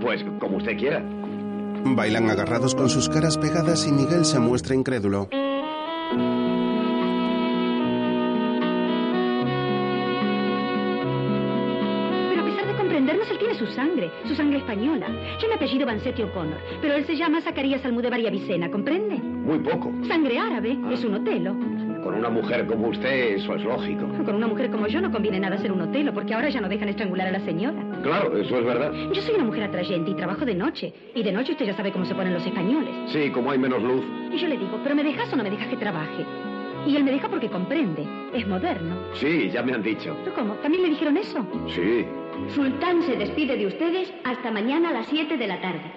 Pues como usted quiera. Bailan agarrados con sus caras pegadas y Miguel se muestra incrédulo. Pero a pesar de comprendernos, él tiene su sangre, su sangre española. Yo me apellido Vanzetti O'Connor, pero él se llama Zacarías Almudevar y Avicena, ¿comprende? Muy poco. Sangre árabe es un otelo. Con una mujer como usted, eso es lógico. Con una mujer como yo no conviene nada ser un otelo, porque ahora ya no dejan estrangular a la señora. Claro, eso es verdad. Yo soy una mujer atrayente y trabajo de noche. Y de noche usted ya sabe cómo se ponen los españoles. Sí, como hay menos luz. Y yo le digo, ¿pero me dejas o no me dejas que trabaje? Y él me deja porque comprende. Es moderno. Sí, ya me han dicho. ¿Pero cómo? ¿También le dijeron eso? Sí. Sultán se despide de ustedes hasta mañana a las 7 de la tarde.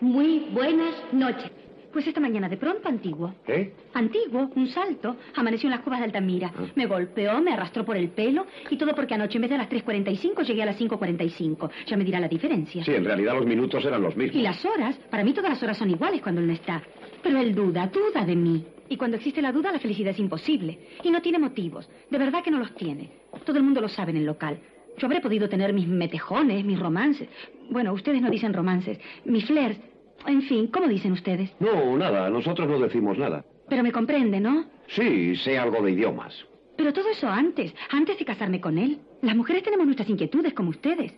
Muy buenas noches. Pues esta mañana de pronto antiguo. ¿Eh? Antiguo, un salto, amaneció en las cuevas de Altamira. Me golpeó, me arrastró por el pelo y todo porque anoche en vez de a las 3.45 llegué a las 5.45. Ya me dirá la diferencia. Sí, en realidad los minutos eran los mismos. Y las horas, para mí todas las horas son iguales cuando él no está. Pero él duda, duda de mí. Y cuando existe la duda, la felicidad es imposible. Y no tiene motivos. De verdad que no los tiene. Todo el mundo lo sabe en el local. Yo habré podido tener mis metejones, mis romances. Bueno, ustedes no dicen romances. Mis flers. En fin, ¿cómo dicen ustedes? No, nada, nosotros no decimos nada. Pero me comprende, ¿no? Sí, sé algo de idiomas. Pero todo eso antes, antes de casarme con él. Las mujeres tenemos nuestras inquietudes como ustedes.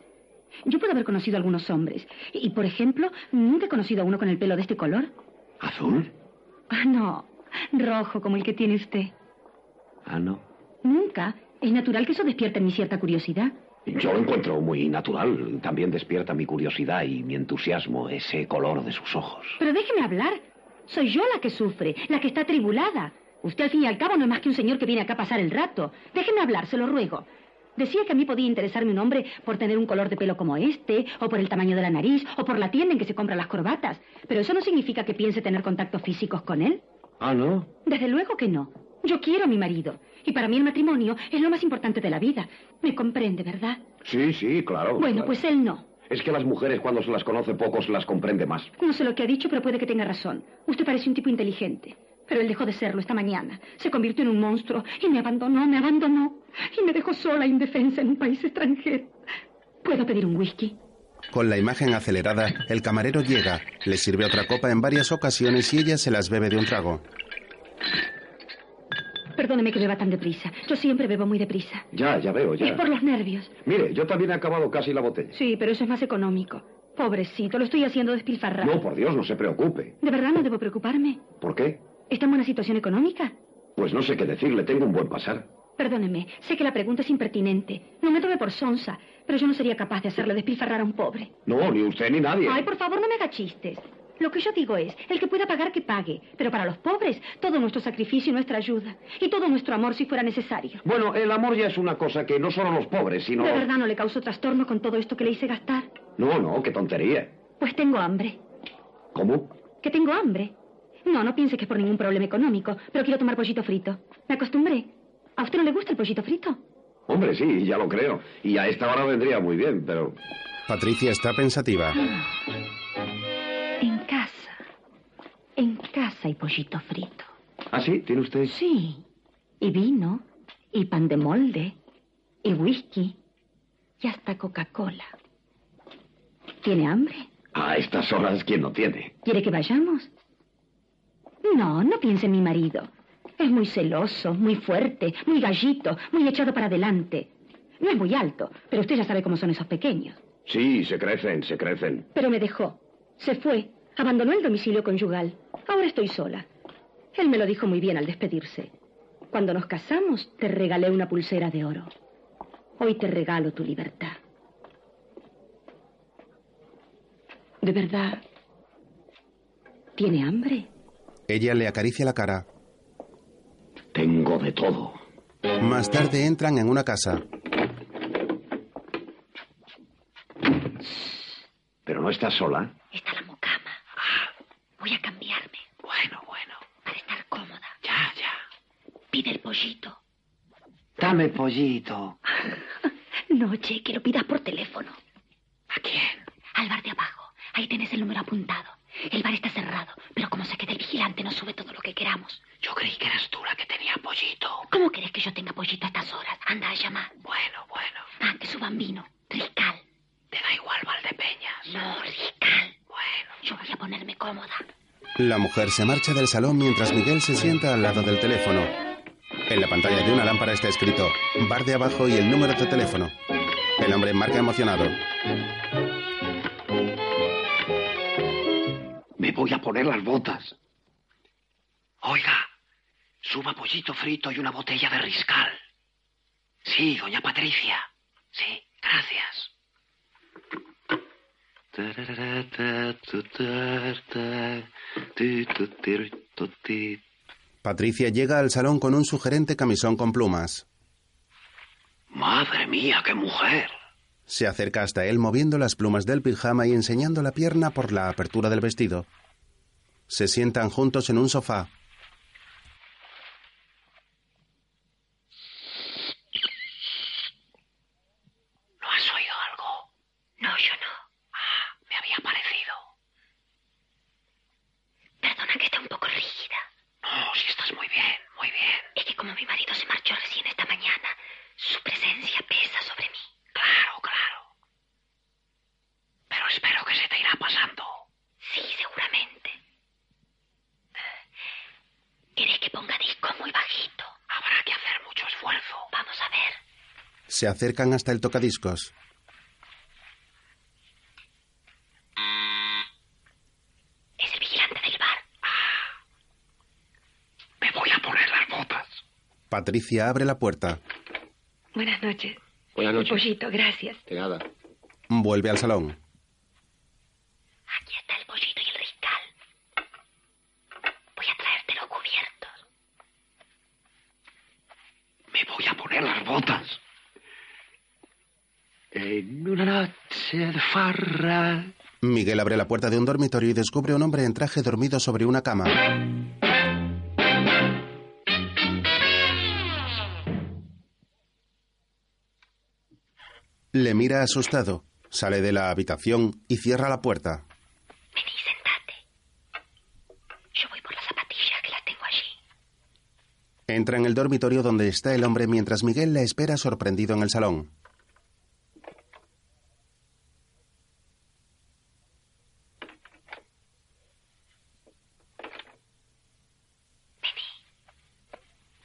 Yo puedo haber conocido a algunos hombres. Y, por ejemplo, nunca he conocido a uno con el pelo de este color. ¿Azul? Ah, no. Rojo como el que tiene usted. Ah, no. Nunca. Es natural que eso despierte en mí cierta curiosidad. Yo lo encuentro muy natural. También despierta mi curiosidad y mi entusiasmo ese color de sus ojos. Pero déjeme hablar. Soy yo la que sufre, la que está atribulada. Usted al fin y al cabo no es más que un señor que viene acá a pasar el rato. Déjeme hablar, se lo ruego. Decía que a mí podía interesarme un hombre por tener un color de pelo como este, o por el tamaño de la nariz, o por la tienda en que se compran las corbatas. Pero eso no significa que piense tener contactos físicos con él. Ah, ¿no? Desde luego que no. Yo quiero a mi marido. Y para mí el matrimonio es lo más importante de la vida. Me comprende, ¿verdad? Sí, sí, claro. Bueno, claro. pues él no. Es que las mujeres cuando se las conoce poco se las comprende más. No sé lo que ha dicho, pero puede que tenga razón. Usted parece un tipo inteligente. Pero él dejó de serlo esta mañana. Se convirtió en un monstruo y me abandonó, me abandonó. Y me dejó sola, indefensa, en un país extranjero. ¿Puedo pedir un whisky? Con la imagen acelerada, el camarero llega, le sirve otra copa en varias ocasiones y ella se las bebe de un trago. Perdóneme que beba tan deprisa. Yo siempre bebo muy deprisa. Ya, ya veo, Es ya. por los nervios. Mire, yo también he acabado casi la botella. Sí, pero eso es más económico. Pobrecito, lo estoy haciendo despilfarrar. No, por Dios, no se preocupe. ¿De verdad no debo preocuparme? ¿Por qué? ¿Está en buena situación económica? Pues no sé qué decirle, tengo un buen pasar. Perdóneme, sé que la pregunta es impertinente. No me tome por sonsa, pero yo no sería capaz de hacerle despilfarrar a un pobre. No, ni usted ni nadie. Ay, por favor, no me haga chistes. Lo que yo digo es, el que pueda pagar, que pague. Pero para los pobres, todo nuestro sacrificio y nuestra ayuda. Y todo nuestro amor si fuera necesario. Bueno, el amor ya es una cosa que no solo los pobres, sino... ¿De verdad no le causó trastorno con todo esto que le hice gastar? No, no, qué tontería. Pues tengo hambre. ¿Cómo? Que tengo hambre. No, no piense que por ningún problema económico, pero quiero tomar pollito frito. Me acostumbré. ¿A usted no le gusta el pollito frito? Hombre, sí, ya lo creo. Y a esta hora vendría muy bien, pero... Patricia está pensativa. En casa. En casa hay pollito frito. ¿Ah, sí? ¿Tiene usted? Sí. Y vino. Y pan de molde. Y whisky. Y hasta Coca-Cola. ¿Tiene hambre? A estas horas, ¿quién no tiene? ¿Quiere que vayamos? No, no piense en mi marido. Es muy celoso, muy fuerte, muy gallito, muy echado para adelante. No es muy alto, pero usted ya sabe cómo son esos pequeños. Sí, se crecen, se crecen. Pero me dejó. Se fue. Abandonó el domicilio conyugal. Ahora estoy sola. Él me lo dijo muy bien al despedirse. Cuando nos casamos, te regalé una pulsera de oro. Hoy te regalo tu libertad. ¿De verdad? ¿Tiene hambre? Ella le acaricia la cara. Tengo de todo. Más tarde entran en una casa. ¿Pero no está sola? Está la mucama. Voy a cambiarme Bueno, bueno. para estar cómoda. Ya, ya. Pide el pollito. Dame pollito. No, che, que lo pidas por teléfono. ¿A quién? Al bar de abajo. Ahí tenés el número apuntado. El bar está cerrado, pero como se quede el vigilante, nos sube todo lo que queramos. Yo creí que eras tú la que tenía pollito. ¿Cómo querés que yo tenga pollito a estas horas? Anda a llamar. Bueno, bueno. Ah, que suban vino. Riscal. Te da igual Valdepeñas. No, riscal. Bueno. Yo voy a ponerme cómoda. La mujer se marcha del salón mientras Miguel se sienta al lado del teléfono. En la pantalla de una lámpara está escrito bar de abajo y el número de teléfono. El hombre marca emocionado. Me voy a poner las botas. Oiga, suba pollito frito y una botella de riscal. Sí, doña Patricia. Sí, gracias. Patricia llega al salón con un sugerente camisón con plumas. Madre mía, qué mujer. Se acerca hasta él moviendo las plumas del pijama y enseñando la pierna por la apertura del vestido. Se sientan juntos en un sofá. ¿No has oído algo? No, yo no. Ah, me había parecido. Perdona que esté un poco rígida. No, si estás muy bien, muy bien. Es que como mi marido se marchó recién esta mañana, su presencia pesa sobre mí. Claro, claro. Pero espero que se te irá pasando. Sí, seguramente. ¿Querés que ponga disco muy bajito? Habrá que hacer mucho esfuerzo. Vamos a ver. Se acercan hasta el tocadiscos. Es el vigilante del bar. Me voy a poner las botas. Patricia abre la puerta. Buenas noches. Buenas noches. Pollito, gracias. De nada. Vuelve al salón. Aquí está el pollito y el riscal. Voy a traértelo cubierto. Me voy a poner las botas. En una noche de farra. Miguel abre la puerta de un dormitorio y descubre a un hombre en traje dormido sobre una cama. Le mira asustado, sale de la habitación y cierra la puerta. Vení, sentate. Yo voy por las zapatillas que las tengo allí. Entra en el dormitorio donde está el hombre mientras Miguel la espera sorprendido en el salón.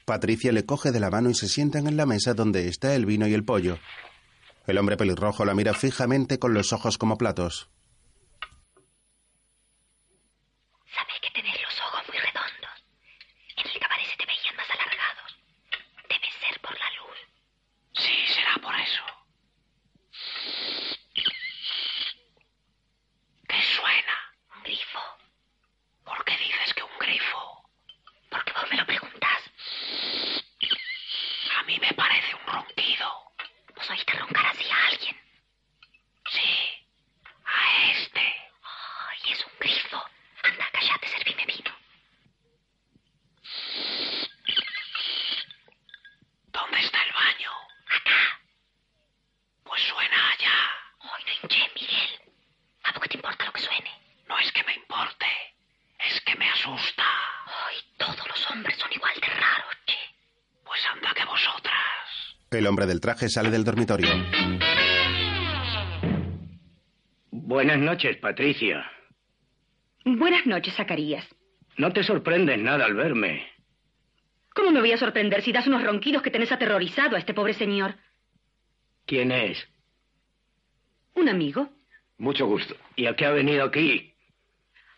Patricia le coge de la mano y se sientan en la mesa donde está el vino y el pollo. El hombre pelirrojo la mira fijamente con los ojos como platos. Sabes que tenés los ojos muy redondos. En el cabaret se te veían más alargados. Debe ser por la luz. Sí, será por eso. ¿Qué suena? Un grifo. ¿Por qué dices que un grifo? Porque vos me lo preguntás. A mí me parece un ronquido. Vos oíste roncar así a alguien. Sí, a este. El hombre del traje sale del dormitorio. Buenas noches, Patricia. Buenas noches, Zacarías. No te sorprendes nada al verme. ¿Cómo me voy a sorprender si das unos ronquidos que tenés aterrorizado a este pobre señor? ¿Quién es? Un amigo. Mucho gusto. ¿Y a qué ha venido aquí?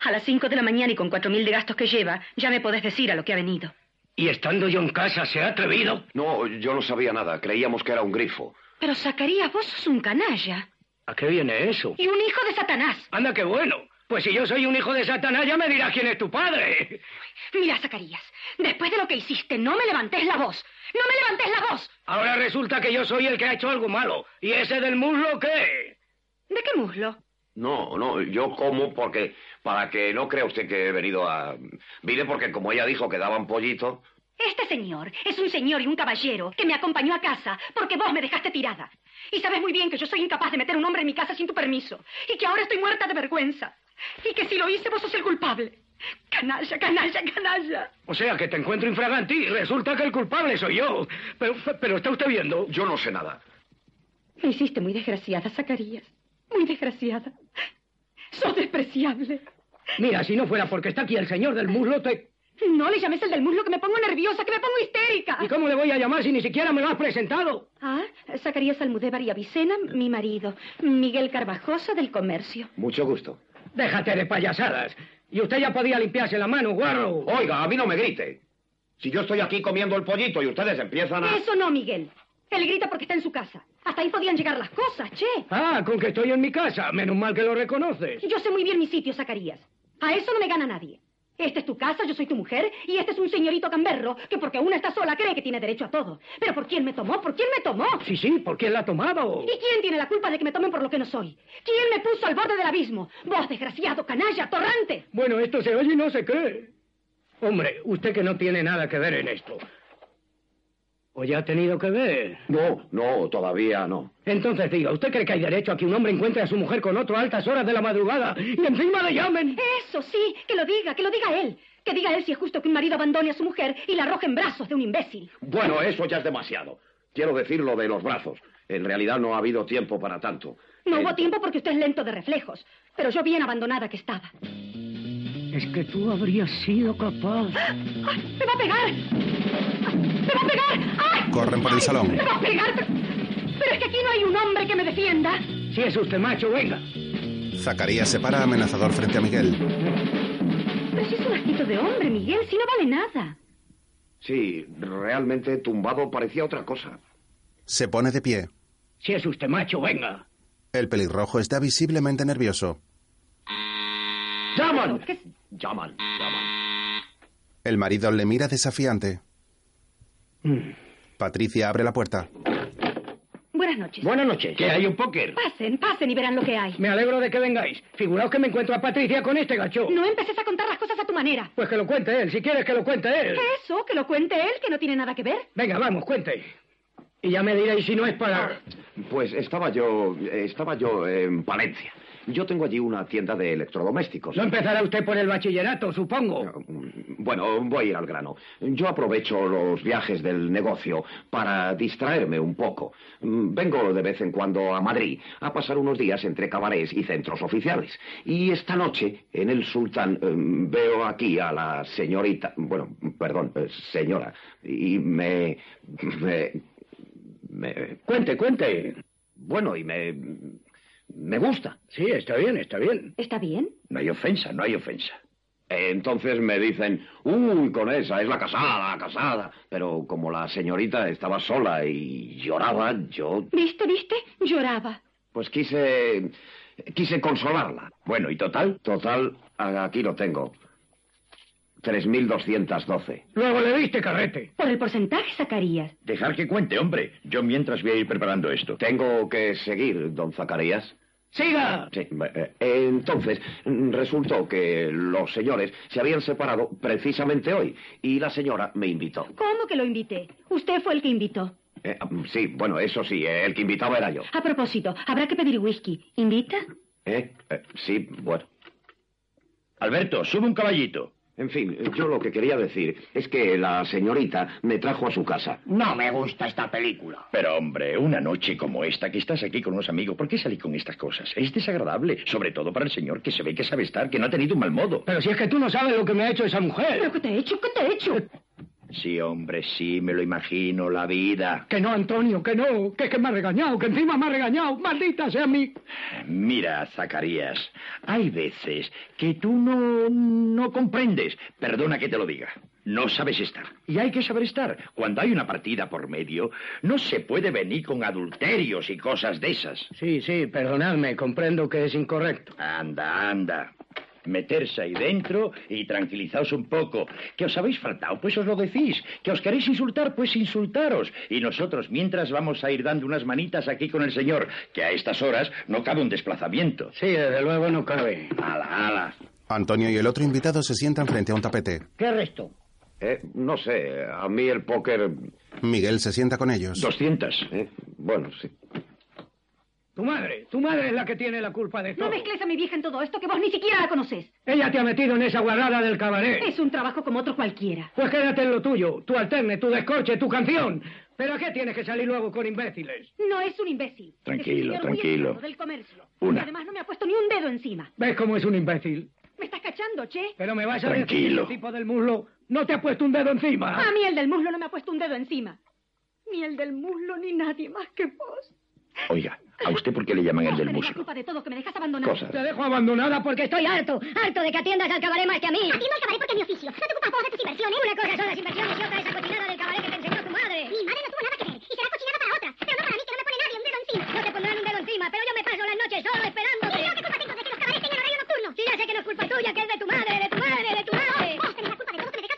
A las cinco de la mañana y con cuatro mil de gastos que lleva, ya me podés decir a lo que ha venido. ¿Y estando yo en casa se ha atrevido? No, yo no sabía nada. Creíamos que era un grifo. Pero Zacarías, vos sos un canalla. ¿A qué viene eso? Y un hijo de Satanás. Anda, qué bueno. Pues si yo soy un hijo de Satanás, ya me dirás quién es tu padre. Mira, Zacarías, después de lo que hiciste, no me levantes la voz. ¡No me levantes la voz! Ahora resulta que yo soy el que ha hecho algo malo. ¿Y ese del muslo qué? ¿De qué muslo? No, no, yo como porque... Para que no crea usted que he venido a... Vine porque como ella dijo que daban pollito... Este señor es un señor y un caballero que me acompañó a casa porque vos me dejaste tirada. Y sabes muy bien que yo soy incapaz de meter un hombre en mi casa sin tu permiso. Y que ahora estoy muerta de vergüenza. Y que si lo hice vos sos el culpable. Canalla, canalla, canalla. O sea que te encuentro infraganti y resulta que el culpable soy yo. Pero, pero está usted viendo. Yo no sé nada. Me hiciste muy desgraciada, Zacarías. Muy desgraciada. Sos despreciable. Mira, si no fuera porque está aquí el señor del muslo, te... No le llames el del muslo, que me pongo nerviosa, que me pongo histérica. ¿Y cómo le voy a llamar si ni siquiera me lo has presentado? Ah, Zacarías Almudévar y Avicena, mi marido. Miguel Carvajosa, del comercio. Mucho gusto. Déjate de payasadas. Y usted ya podía limpiarse la mano, guarro. Oiga, a mí no me grite. Si yo estoy aquí comiendo el pollito y ustedes empiezan a... Eso no, Miguel. Él grita porque está en su casa. Hasta ahí podían llegar las cosas, che. Ah, con que estoy en mi casa. Menos mal que lo reconoces. Yo sé muy bien mi sitio, Zacarías. A eso no me gana nadie. Esta es tu casa, yo soy tu mujer, y este es un señorito camberro que porque una está sola cree que tiene derecho a todo. Pero ¿por quién me tomó? ¿Por quién me tomó? Sí, sí, ¿por quién la ha tomado? (laughs) ¿Y quién tiene la culpa de que me tomen por lo que no soy? ¿Quién me puso al borde del abismo? Vos, desgraciado, canalla, torrante. Bueno, esto se oye y no sé qué. Hombre, usted que no tiene nada que ver en esto. ¿O ya ha tenido que ver? No, no, todavía no. Entonces diga, ¿usted cree que hay derecho a que un hombre encuentre a su mujer con otro a altas horas de la madrugada y encima le llamen? Eso sí, que lo diga, que lo diga él. Que diga él si es justo que un marido abandone a su mujer y la arroje en brazos de un imbécil. Bueno, eso ya es demasiado. Quiero decir lo de los brazos. En realidad no ha habido tiempo para tanto. Eh, No Eh. hubo tiempo porque usted es lento de reflejos. Pero yo bien abandonada que estaba. Es que tú habrías sido capaz. ¡Ah! ¡Ay, ¡Me va a pegar! ¡Ah! ¡Me va a pegar! ¡Ay! Corren por el salón. ¡Me va a pegar! Pero, pero es que aquí no hay un hombre que me defienda. Si es usted macho, venga. Zacarías se para amenazador frente a Miguel. Pero si es un actitud de hombre, Miguel, si no vale nada. Sí, realmente tumbado parecía otra cosa. Se pone de pie. Si es usted macho, venga. El pelirrojo está visiblemente nervioso. ¡Llaman! ¿Qué? Llaman, llaman. El marido le mira desafiante. Patricia abre la puerta. Buenas noches. Buenas noches. ¿Qué hay un póker? Pasen, pasen y verán lo que hay. Me alegro de que vengáis. Figuraos que me encuentro a Patricia con este gacho. No empeces a contar las cosas a tu manera. Pues que lo cuente él, si quieres que lo cuente él. Eso, que lo cuente él, que no tiene nada que ver. Venga, vamos, cuente. Y ya me diréis si no es para... Pues estaba yo, estaba yo en Palencia. Yo tengo allí una tienda de electrodomésticos. No empezará usted por el bachillerato, supongo. mm, Bueno, voy a ir al grano. Yo aprovecho los viajes del negocio para distraerme un poco. Mm, Vengo de vez en cuando a Madrid a pasar unos días entre cabarets y centros oficiales. Y esta noche, en el Sultán, em, veo aquí a la señorita, bueno, perdón, eh, señora, y me... me... me- Cuente, cuente. bueno, y me... me gusta. Sí, está bien, está bien. ¿Está bien? No hay ofensa, no hay ofensa. Entonces me dicen, uy, con esa, es la casada, la casada. Pero como la señorita estaba sola y lloraba, yo ¿Viste, viste? Lloraba. pues quise, quise consolarla. Bueno, y total, total, a- aquí lo tengo. 3.212. Luego le diste carrete. Por el porcentaje, Zacarías. Dejar que cuente, hombre. Yo mientras voy a ir preparando esto. Tengo que seguir, don Zacarías. ¡Siga! Sí, eh, entonces mm, resultó que los señores se habían separado precisamente hoy y la señora me invitó. ¿Cómo que lo invité? Usted fue el que invitó. Eh, mm, sí, bueno, eso sí, eh, el que invitaba era yo. A propósito, habrá que pedir whisky. ¿Invita? ¿Eh? Eh, sí, bueno. Alberto, sube un caballito. En fin, yo lo que quería decir es que la señorita me trajo a su casa. No me gusta esta película. Pero hombre, una noche como esta, que estás aquí con unos amigos, ¿por qué salir con estas cosas? Es desagradable, sobre todo para el señor que se ve que sabe estar, que no ha tenido un mal modo. Pero si es que tú no sabes lo que me ha hecho esa mujer. ¿Pero qué te he hecho? ¿Qué te he hecho? Sí, hombre, sí, me lo imagino, la vida. Que no, Antonio, que no, que es que me ha regañado, que encima me ha regañado, maldita sea mi... Mira, Zacarías, hay veces que tú no, no comprendes, perdona que te lo diga, no sabes estar. Y hay que saber estar. Cuando hay una partida por medio, no se puede venir con adulterios y cosas de esas. Sí, sí, perdonadme, comprendo que es incorrecto. Anda, anda meterse ahí dentro y tranquilizaos un poco. Que os habéis faltado, pues os lo decís. Que os queréis insultar, pues insultaros. Y nosotros, mientras, vamos a ir dando unas manitas aquí con el señor, que a estas horas no cabe un desplazamiento. Sí, desde luego no cabe. Ala, ala. Antonio y el otro invitado se sientan frente a un tapete. ¿Qué resto? Eh, no sé, a mí el póker... Miguel se sienta con ellos. 200. Eh, bueno, sí. Tu madre, tu madre es la que tiene la culpa de todo. No mezcles a mi vieja en todo esto que vos ni siquiera la conoces. Ella te ha metido en esa guarrada del cabaret. Es un trabajo como otro cualquiera. Pues quédate en lo tuyo, tu alterne, tu descorche, tu canción. ¿Pero a qué tienes que salir luego con imbéciles? No es un imbécil. Tranquilo, es un señor tranquilo. Muy del comercio. Una. Y además no me ha puesto ni un dedo encima. ¿Ves cómo es un imbécil? Me estás cachando, che. Pero me vas a Tranquilo. decir que el tipo del muslo no te ha puesto un dedo encima. A mí el del muslo no me ha puesto un dedo encima. Ni el del muslo ni nadie más que vos. Oiga, ¿a usted por qué le llaman el Vos del tenés la muslo? culpa de todo, que me dejas abandonada. Cosas. Te dejo abandonada porque estoy... Estoy harto, harto de que atiendas al cabaret más que a mí. Atiendo al cabaret porque es mi oficio. No te ocupas todas tus inversiones. Una cosa son las inversiones y otra esa cocinada del cabaret que te enseñó tu madre. Mi madre no tuvo nada que ver y será cocinada para otras, pero no para mí, que no me pone nadie un dedo encima. No te pondrán un dedo encima, pero yo me paso las noches solo esperándote. ¿Y yo qué culpa tengo de que los cabarets tengan horario nocturno? Si ya sé que no es culpa tuya, que es de tu madre, de tu madre, de tu madre. Vos tenés Oh, la culpa de todo, que me dejas abandonada. Te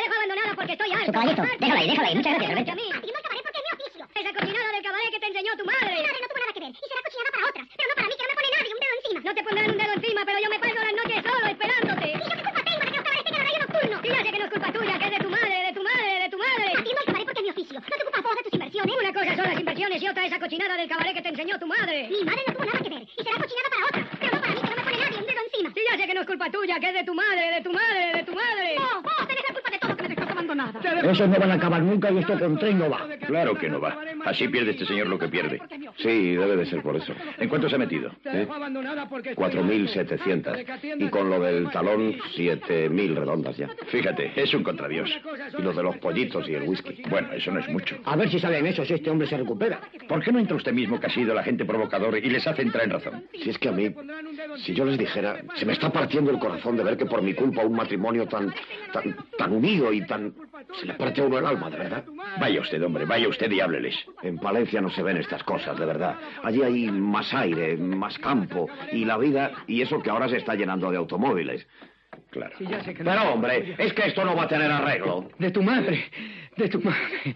dejo abandonada porque estoy harto. Su caballito, harto. déjalo ahí, déjalo ahí. Muchas gracias, Más que Lorenzo. a mí. Atiendo al cabaret porque es mi oficio. Esa cocinada del cabaret que te enseñó tu madre. Mi madre no tuvo nada que ver y será cocinada para otras, pero no para mí, que no me pone nadie un dedo encima. No te pondrán un dedo encima, pero yo me paso las noches solo esperándote. ¿Y yo qué culpa tengo de que los cabarets tengan horario nocturno? Si ya sé que no es culpa tuya, que es de tu madre, de tu madre, de tu madre. Atiendo al cabaret porque es mi oficio. No te ocupas todas tus inversiones. Una cosa son las inversiones y otra esa cochinada del cabaret que te enseñó tu madre. Mi madre no tuvo nada que ver y será cocinada para otras, pero no para mí, que no me pone nadie un dedo encima. Si ya sé que no es culpa tuya, que es de tu madre, de tu madre, de tu madre. Vos, vos tenés la culpa de todo, que me dejas abandonada. Te dejo- no van a acabar nunca y esto con tren no va. Claro que no va. Así pierde este señor lo que pierde. Sí, debe de ser por eso. ¿En cuánto se ha metido? ¿Eh? Te dejo abandonada porque estoy harto. 4.700. Y con lo del talón, 7.000 redondas ya. Fíjate, es un contradios. Y lo de los pollitos y el whisky. Bueno, eso no es mucho. A ver si salen esos, este hombre se recupera. ¿Por qué no entra usted mismo que ha sido el agente provocador y les hace entrar en razón? Si es que a mí, si yo les dijera, se me está partiendo el corazón de ver que por mi culpa un matrimonio tan, tan, tan unido y tan... Se le parte a uno el alma, de verdad. Vaya usted, hombre, vaya usted y hábleles. En Palencia no se ven estas cosas, de verdad. Allí hay más aire, más campo y la vida y eso que ahora se está llenando de automóviles. Claro. Sí, ya sé que no- Pero hombre, es que esto no va a tener arreglo. De tu madre, de tu madre.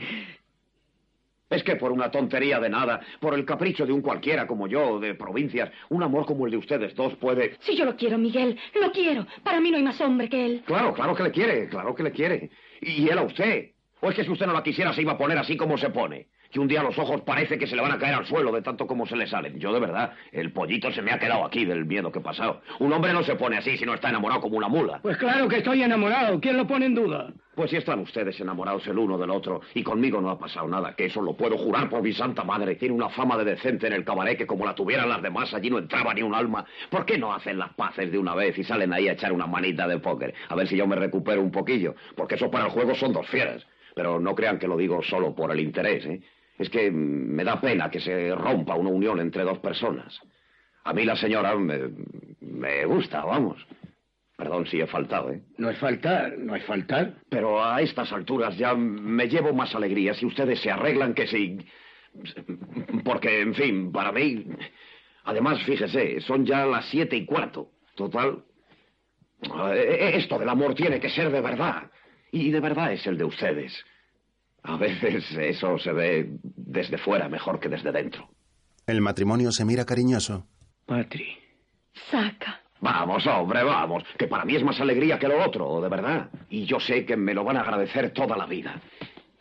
Es que por una tontería de nada, por el capricho de un cualquiera como yo, de provincias, un amor como el de ustedes dos puede... Si yo lo quiero, Miguel, lo quiero. Para mí no hay más hombre que él. Claro, claro que le quiere, claro que le quiere. Y él a usted. O es que si usted no la quisiera se iba a poner así como se pone. Que un día los ojos parece que se le van a caer al suelo de tanto como se le salen. Yo de verdad, el pollito se me ha quedado aquí del miedo que he pasado. Un hombre no se pone así si no está enamorado como una mula. Pues claro que estoy enamorado, ¿quién lo pone en duda? Pues si están ustedes enamorados el uno del otro y conmigo no ha pasado nada, que eso lo puedo jurar por mi santa madre. Tiene una fama de decente en el cabaret que como la tuvieran las demás allí no entraba ni un alma. ¿Por qué no hacen las paces de una vez y salen ahí a echar una manita de póker? A ver si yo me recupero un poquillo, porque eso para el juego son dos fieras. Pero no crean que lo digo solo por el interés, ¿eh? Es que mm, me da pena que se rompa una unión entre dos personas. A mí la señora me, me gusta, vamos. Perdón si he faltado, ¿eh? No es faltar, no es faltar. Pero a estas alturas ya me llevo más alegría si ustedes se arreglan que si... Porque, en fin, para mí... Además, fíjese, son ya las siete y cuarto. Total... eh, Esto del amor tiene que ser de verdad. Y de verdad es el de ustedes. A veces eso se ve desde fuera mejor que desde dentro. El matrimonio se mira cariñoso. Patri. Saca. Vamos, hombre, vamos. Que para mí es más alegría que lo otro, de verdad. Y yo sé que me lo van a agradecer toda la vida.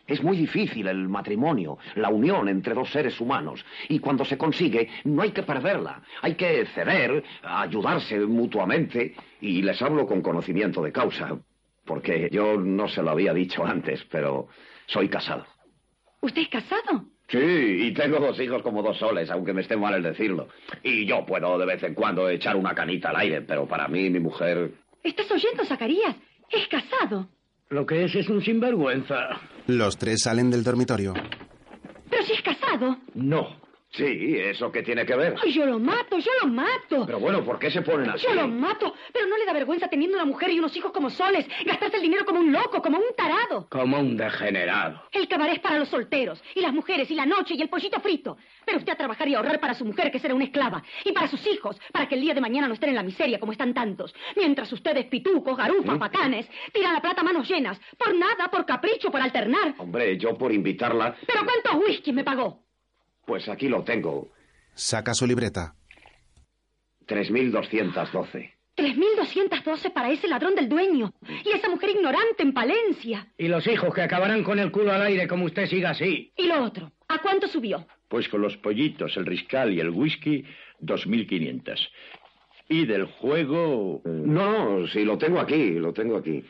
Es muy difícil el matrimonio, la unión entre dos seres humanos. Y cuando se consigue, no hay que perderla. Hay que ceder, ayudarse mutuamente. Y les hablo con conocimiento de causa. Porque yo no se lo había dicho antes, pero soy casado. ¿Usted es casado? Sí, y tengo dos hijos como dos soles, aunque me esté mal el decirlo. Y yo puedo de vez en cuando echar una canita al aire, pero para mí mi mujer... ¿Estás oyendo, Zacarías? Es casado. Lo que es es un sinvergüenza. Los tres salen del dormitorio. Pero si es casado. No. Sí, ¿eso qué tiene que ver? Ay, yo lo mato, yo lo mato. Pero bueno, ¿por qué se ponen así? Yo lo mato, pero no le da vergüenza teniendo una mujer y unos hijos como soles, gastarse el dinero como un loco, como un tarado. Como un degenerado. El cabaret es para los solteros, y las mujeres, y la noche, y el pollito frito. Pero usted a trabajar y a ahorrar para su mujer, que será una esclava, y para sus hijos, para que el día de mañana no estén en la miseria como están tantos. Mientras ustedes, pitucos, garufas, bacanes, tiran la plata a manos llenas, por nada, por capricho, por alternar. Hombre, yo por invitarla... ¿Pero cuántos whisky me pagó? Pues aquí lo tengo. Saca su libreta. 3.212. 3.212 para ese ladrón del dueño y esa mujer ignorante en Palencia. Y los hijos que acabarán con el culo al aire como usted siga así. Y lo otro, ¿a cuánto subió? Pues con los pollitos, el riscal y el whisky, 2.500. Y del juego... No, no, sí, lo tengo aquí, lo tengo aquí.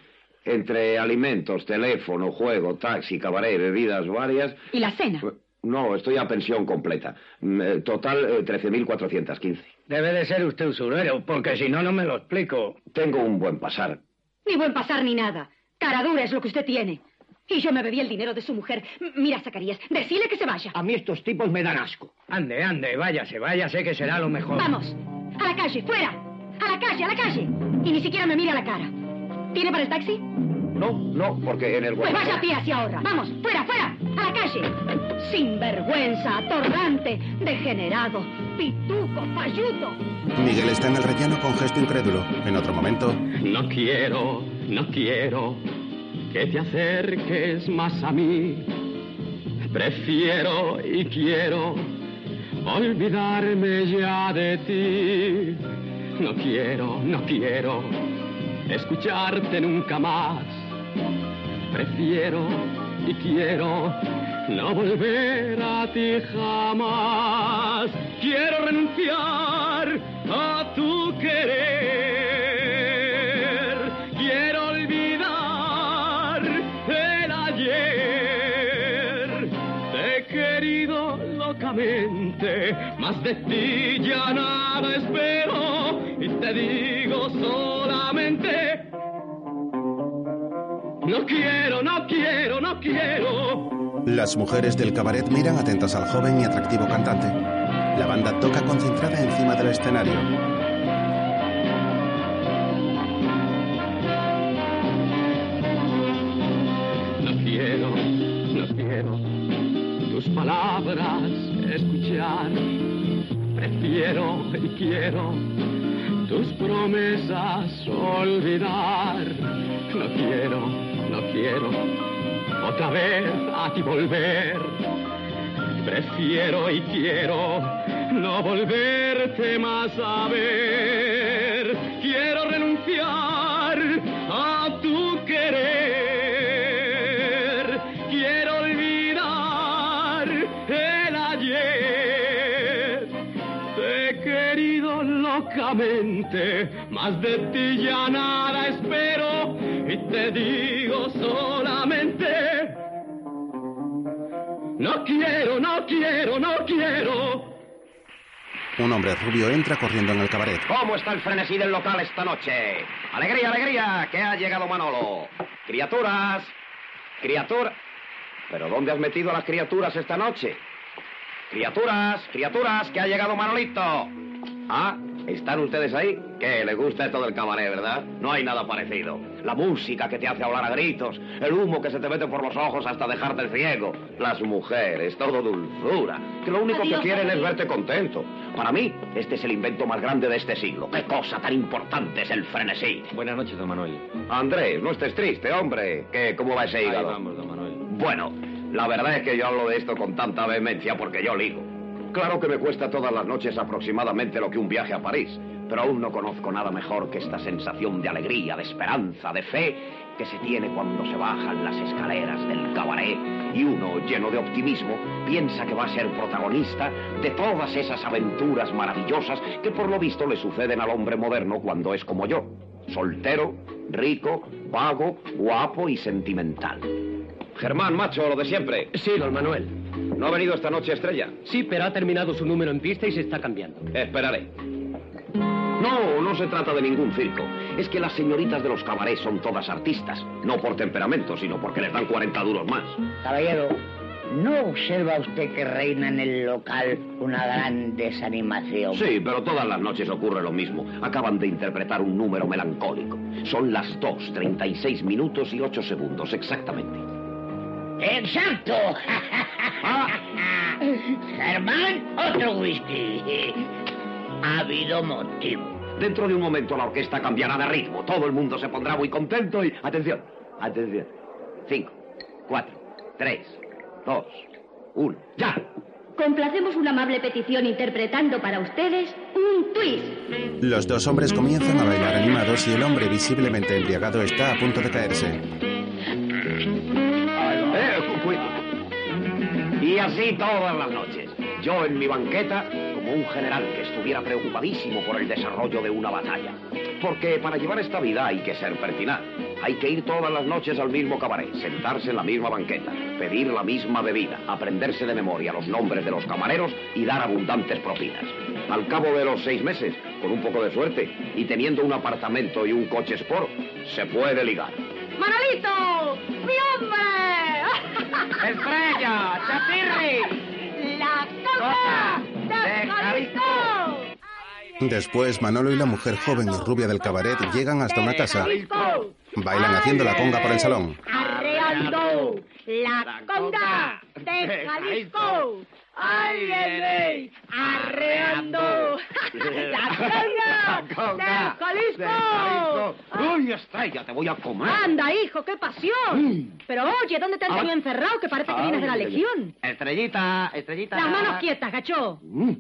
Entre alimentos, teléfono, juego, taxi, cabaret, bebidas varias... ¿Y la cena? No, estoy a pensión completa. Mm, eh, Total, 13.415. Debe de ser usted usurero, porque si no, no me lo explico. Tengo un buen pasar. Ni buen pasar ni nada. Cara dura es lo que usted tiene. Y yo me bebí el dinero de su mujer. M- Mira, Zacarías, decile que se vaya. A mí estos tipos me dan asco. Ande, ande, váyase, váyase, que será lo mejor. Vamos, a la calle, fuera. A la calle, a la calle. Y ni siquiera me mira a la cara. ¿Tiene para el taxi? No, no, porque en el... Pues vaya a pie hacia ahora. Vamos, fuera, fuera, a la calle. Sinvergüenza, atorrante, degenerado, pituco, falluto. Miguel está en el rellano con gesto incrédulo. En otro momento, No quiero, no quiero que te acerques más a mí. Prefiero y quiero olvidarme ya de ti. No quiero, no quiero escucharte nunca más. Prefiero y quiero no volver a ti jamás. Quiero renunciar a tu querer. Quiero olvidar el ayer. Te he querido locamente, más de ti ya nada espero. Y te digo solamente no quiero, no quiero, no quiero. las mujeres del cabaret miran atentas al joven y atractivo cantante. La banda toca concentrada encima del escenario. No quiero, no quiero tus palabras escuchar. Prefiero y quiero tus promesas olvidar. No quiero, no quiero otra vez a ti volver. Prefiero y quiero no volverte más a ver. Quiero renunciar a tu querer. Quiero olvidar el ayer. Te he querido locamente, más de ti ya nada espero. Y te digo solamente. No quiero, no quiero, no quiero. Un hombre rubio entra corriendo en el cabaret. ¿Cómo está el frenesí del local esta noche? ¡Alegría, alegría! ¡Que ha llegado Manolo! ¡Criaturas! ¡Criatura! ¿Pero dónde has metido a las criaturas esta noche? ¡Criaturas! ¡Criaturas! ¡Que ha llegado Manolito! Ah, ¿están ustedes ahí? Que le gusta esto del cabaret, ¿verdad? No hay nada parecido. La música que te hace hablar a gritos, el humo que se te mete por los ojos hasta dejarte ciego, las mujeres, todo dulzura, que lo único Adiós, que quieren es adiós. verte contento. Para mí, este es el invento más grande de este siglo. ¡Qué cosa tan importante es el frenesí! Buenas noches, don Manuel. Andrés, no estés triste, hombre. ¿Qué, ¿Cómo va ese Ahí hígado? vamos, don Manuel. Bueno, la verdad es que yo hablo de esto con tanta vehemencia porque yo ligo. Claro que me cuesta todas las noches aproximadamente lo que un viaje a París, pero aún no conozco nada mejor que esta sensación de alegría, de esperanza, de fe que se tiene cuando se bajan las escaleras del cabaret y uno, lleno de optimismo, piensa que va a ser protagonista de todas esas aventuras maravillosas que por lo visto le suceden al hombre moderno cuando es como yo, soltero, rico, vago, guapo y sentimental. Germán, macho, lo de siempre. Sí, don Manuel. ¿No ha venido esta noche Estrella? Sí, pero ha terminado su número en pista y se está cambiando. Esperaré. No, no se trata de ningún circo. Es que las señoritas de los cabarets son todas artistas. No por temperamento, sino porque les dan 40 duros más. Caballero, ¿no observa usted que reina en el local una gran desanimación? Sí, pero todas las noches ocurre lo mismo. Acaban de interpretar un número melancólico. Son las 2, 36 minutos y 8 segundos, exactamente. ¡Exacto! (laughs) Germán, otro whisky. Ha habido motivo. Dentro de un momento la orquesta cambiará de ritmo. Todo el mundo se pondrá muy contento y... Atención, atención. Cinco, cuatro, tres, dos, uno. ¡Ya! Complacemos una amable petición interpretando para ustedes un twist. Los dos hombres comienzan a bailar animados y el hombre visiblemente embriagado está a punto de caerse. Y así todas las noches. Yo en mi banqueta, como un general que estuviera preocupadísimo por el desarrollo de una batalla. Porque para llevar esta vida hay que ser pertinaz. Hay que ir todas las noches al mismo cabaret, sentarse en la misma banqueta, pedir la misma bebida, aprenderse de memoria los nombres de los camareros y dar abundantes propinas. Al cabo de los seis meses, con un poco de suerte y teniendo un apartamento y un coche sport, se puede ligar. ¡Manolito! ¡Mi hombre! (laughs) ¡Estrella! ¡Chapirri! ¡La copa de Jalisco! Después, Manolo y la mujer joven y rubia del cabaret llegan hasta una casa. Bailan haciendo la conga por el salón. Arreando la conga de Jalisco. ¡Ay, ¡Arreando! ¡La conga de Jalisco! ¡Uy, estrella, te voy a comer! ¡Anda, hijo, qué pasión! Pero oye, ¿dónde te han tenido encerrado? Que parece que vienes de la legión. Estrellita, estrellita. Las manos quietas, gacho. Mm,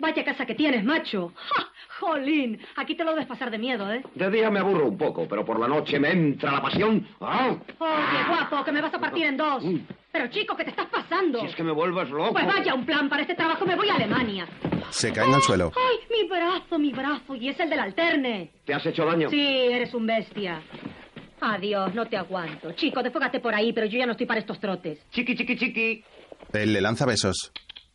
Vaya casa que tienes, macho. ¡Ja! ¡Jolín! Aquí te lo debes pasar de miedo, ¿eh? De día me aburro un poco, pero por la noche me entra la pasión. ¡Ah! Oye, guapo, que me vas a partir en dos. Pero chico, ¿qué te estás pasando? Mm. Si es que me vuelvas loco. Pues vaya un plan, para este trabajo me voy a Alemania. Se caen al suelo. ¡Ay, mi brazo, mi brazo! Y es el del alterne. ¿Te has hecho daño? Sí, eres un bestia. Adiós, no te aguanto. Chico, desfógate por ahí, pero yo ya no estoy para estos trotes. Chiqui, chiqui, chiqui. Él le lanza besos.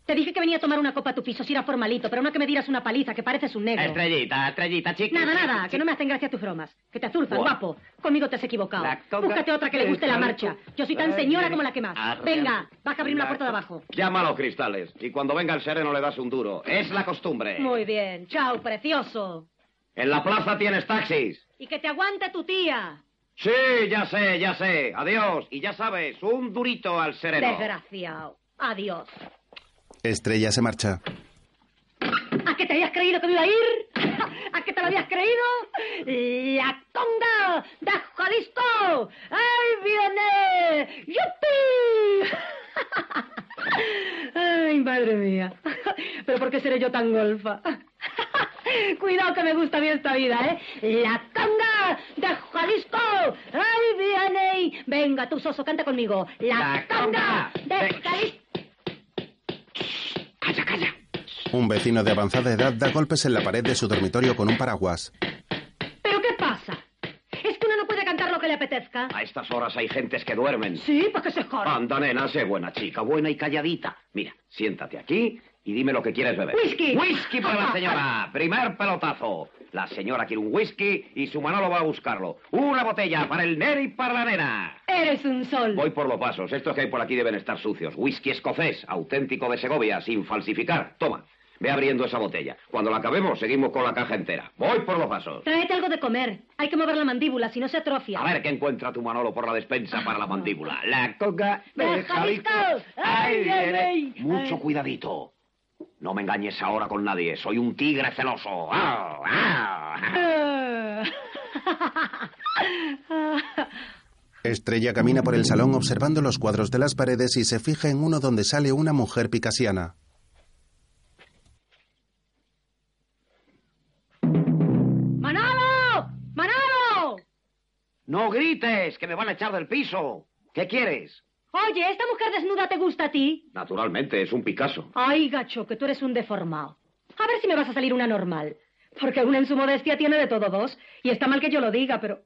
Te dije que venía a tomar una copa a tu piso si era formalito, pero no que me dieras una paliza, que pareces un negro. Estrellita, estrellita, chiqui. Nada, nada, que no me hacen gracia tus bromas. Que te azulzan, guapo. Conmigo te has equivocado. Búscate otra que le guste la marcha. Yo soy tan señora como la que más. Venga, vas a abrir la puerta de abajo. Llama a los cristales y cuando venga el sereno le das un duro. Es la costumbre. Muy bien. Chao, precioso. En la plaza tienes taxis. Y que te aguante tu tía. Sí, ya sé, ya sé. Adiós. Y ya sabes, un durito al sereno. Desgraciado. Adiós. Estrella se marcha. ¿A qué te habías creído que me iba a ir? ¿A qué te lo habías creído? ¡La conga de Jalisco! ¡Ahí viene! ¡Yupi! ¡Ay, madre mía! ¿Pero por qué seré yo tan golfa? Cuidado que me gusta bien esta vida, ¿eh? ¡La conga de Jalisco! ¡Ahí viene! Venga, tú, Soso, canta conmigo. ¡La, conga, de Jalisco! Calla, calla. Un vecino de avanzada edad da golpes en la pared de su dormitorio con un paraguas. ¿Pero qué pasa? ¿Es que uno no puede cantar lo que le apetezca? A estas horas hay gentes que duermen. Sí, pues que se jodan. Anda, nena, sé buena chica, buena y calladita. Mira, siéntate aquí y dime lo que quieres beber. ¡Whisky! ¡Whisky para la señora! ¡Primer pelotazo! La señora quiere un whisky y su Manolo va a buscarlo. ¡Una botella para el nene y para la nena! ¡Eres un sol! Voy por los vasos. Estos que hay por aquí deben estar sucios. Whisky escocés, auténtico de Segovia, sin falsificar. Toma, ve abriendo esa botella. Cuando la acabemos, seguimos con la caja entera. Voy por los vasos. Tráete algo de comer. Hay que mover la mandíbula, si no se atrofia. A ver qué encuentra tu Manolo por la despensa para la mandíbula. La coca ¡De de Jalisco! ¡Ay, ¡Ay, ay, ay! Mucho Ay. cuidadito. No me engañes ahora con nadie. Soy un tigre celoso. ¡Au, au! Ah. Estrella camina por el salón observando los cuadros de las paredes y se fija en uno donde sale una mujer picasiana. ¡Manolo! ¡Manolo! No grites, que me van a echar del piso. ¿Qué quieres? Oye, ¿esta mujer desnuda te gusta a ti? Naturalmente, es un Picasso. Ay, gacho, que tú eres un deformado. A ver si me vas a salir una normal. Porque una en su modestia tiene de todo dos. Y está mal que yo lo diga, pero...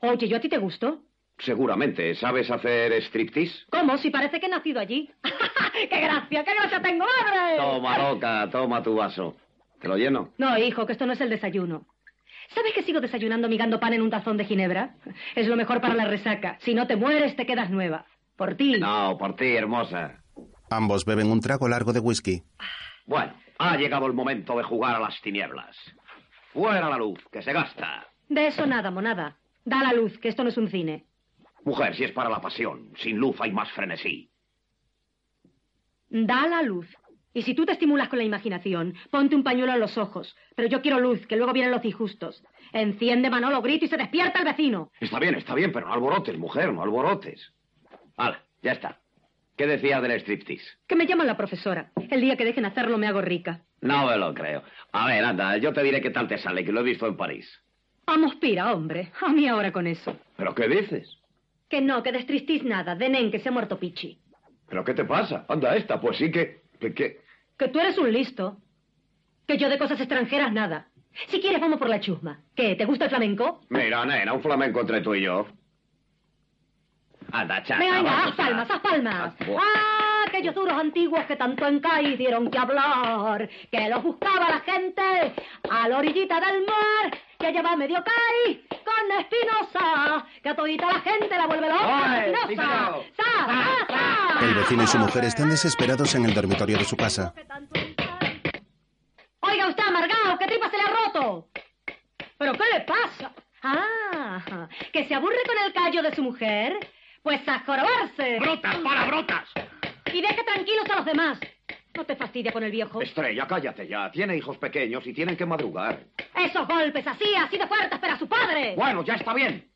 Oye, ¿yo a ti te gusto? Seguramente. ¿Sabes hacer striptease? ¿Cómo? Si parece que he nacido allí. (laughs) ¡Qué gracia, qué gracia tengo, madre! Toma, loca, toma tu vaso. ¿Te lo lleno? No, hijo, que esto no es el desayuno. ¿Sabes que sigo desayunando migando pan en un tazón de ginebra? Es lo mejor para la resaca. Si no te mueres, te quedas nueva. Por ti. No, por ti, hermosa. Ambos beben un trago largo de whisky. Bueno, ha llegado el momento de jugar a las tinieblas. Fuera la luz, que se gasta. De eso nada, monada. Da la luz, que esto no es un cine. Mujer, si es para la pasión, sin luz hay más frenesí. Da la luz. Y si tú te estimulas con la imaginación, ponte un pañuelo en los ojos. Pero yo quiero luz, que luego vienen los injustos. Enciende Manolo Grito y se despierta el vecino. Está bien, está bien, pero no alborotes, mujer, no alborotes. Hala, ya está. ¿Qué decía del striptease? Que me llama la profesora. El día que dejen hacerlo me hago rica. No me lo creo. A ver, anda, yo te diré qué tal te sale, que lo he visto en París. Vamos, pira, hombre. A mí ahora con eso. ¿Pero qué dices? Que no, que destristís nada. De nen, que se ha muerto Pichi. ¿Pero qué te pasa? Anda, esta, pues sí que... que, que... Que tú eres un listo. Que yo de cosas extranjeras nada. Si quieres, vamos por la chusma. ¿Qué? ¿Te gusta el flamenco? Mira, nena, un flamenco entre tú y yo. Anda, chata. Venga, vamos haz ya. palmas, haz palmas. Buah. ¡Ah! Aquellos duros antiguos que tanto en Cádiz dieron que hablar. Que los buscaba la gente a la orillita del mar. Que lleva medio Cádiz con Espinosa. Que a todita la gente la vuelve loca. ¡Ole, Espinosa. Espinosa! ¡Sa, sa, sa! El vecino y su mujer están desesperados en el dormitorio de su casa. Oiga usted, amargado, que tripa se le ha roto. ¿Pero qué le pasa? Ah, que se aburre con el callo de su mujer. Pues a jorobarse. ¡Brotas, para, brotas! Y deja tranquilos a los demás. No te fastidia con el viejo. Estrella, cállate ya. Tiene hijos pequeños y tienen que madrugar. Esos golpes así, así de fuertes, pero a su Eh. padre. Bueno, ya está bien.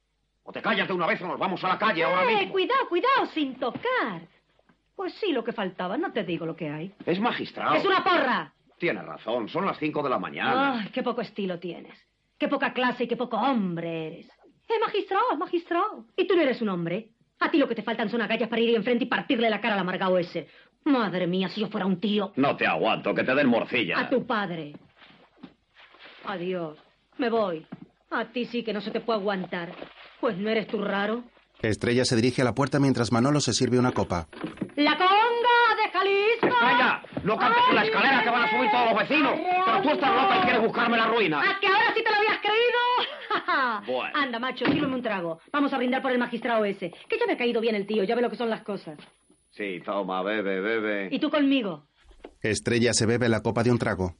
O te callas de una vez o nos vamos a la calle ahora eh, mismo. cuidado, cuidado, sin tocar. Pues sí, lo que faltaba, no te digo lo que hay. Es magistrado. ¡Es una porra! Tiene razón, son las cinco de la mañana. Ay, qué poco estilo tienes. Qué poca clase y qué poco hombre eres. Es magistrado, es magistrado. Y tú no eres un hombre. A ti lo que te faltan son agallas para ir enfrente y partirle la cara al amargado ese. Madre mía, si yo fuera un tío. No te aguanto, que te den morcilla. A tu padre. Adiós. Me voy. A ti sí que no se te puede aguantar. Pues no eres tú raro. Estrella se dirige a la puerta mientras Manolo se sirve una copa. ¡La conga de Jalisco! ¡Estrella! ¡No cantes por la escalera que van a subir todos los vecinos! Pero tú estás loca y quieres buscarme la ruina. ¡Ah, que ahora sí te lo habías creído! (laughs) Bueno. Anda, macho, sírveme un trago. Vamos a brindar por el magistrado ese. Que ya me ha caído bien el tío, ya ve lo que son las cosas. Sí, toma, bebe, bebe. Y tú conmigo. Estrella se bebe la copa de un trago.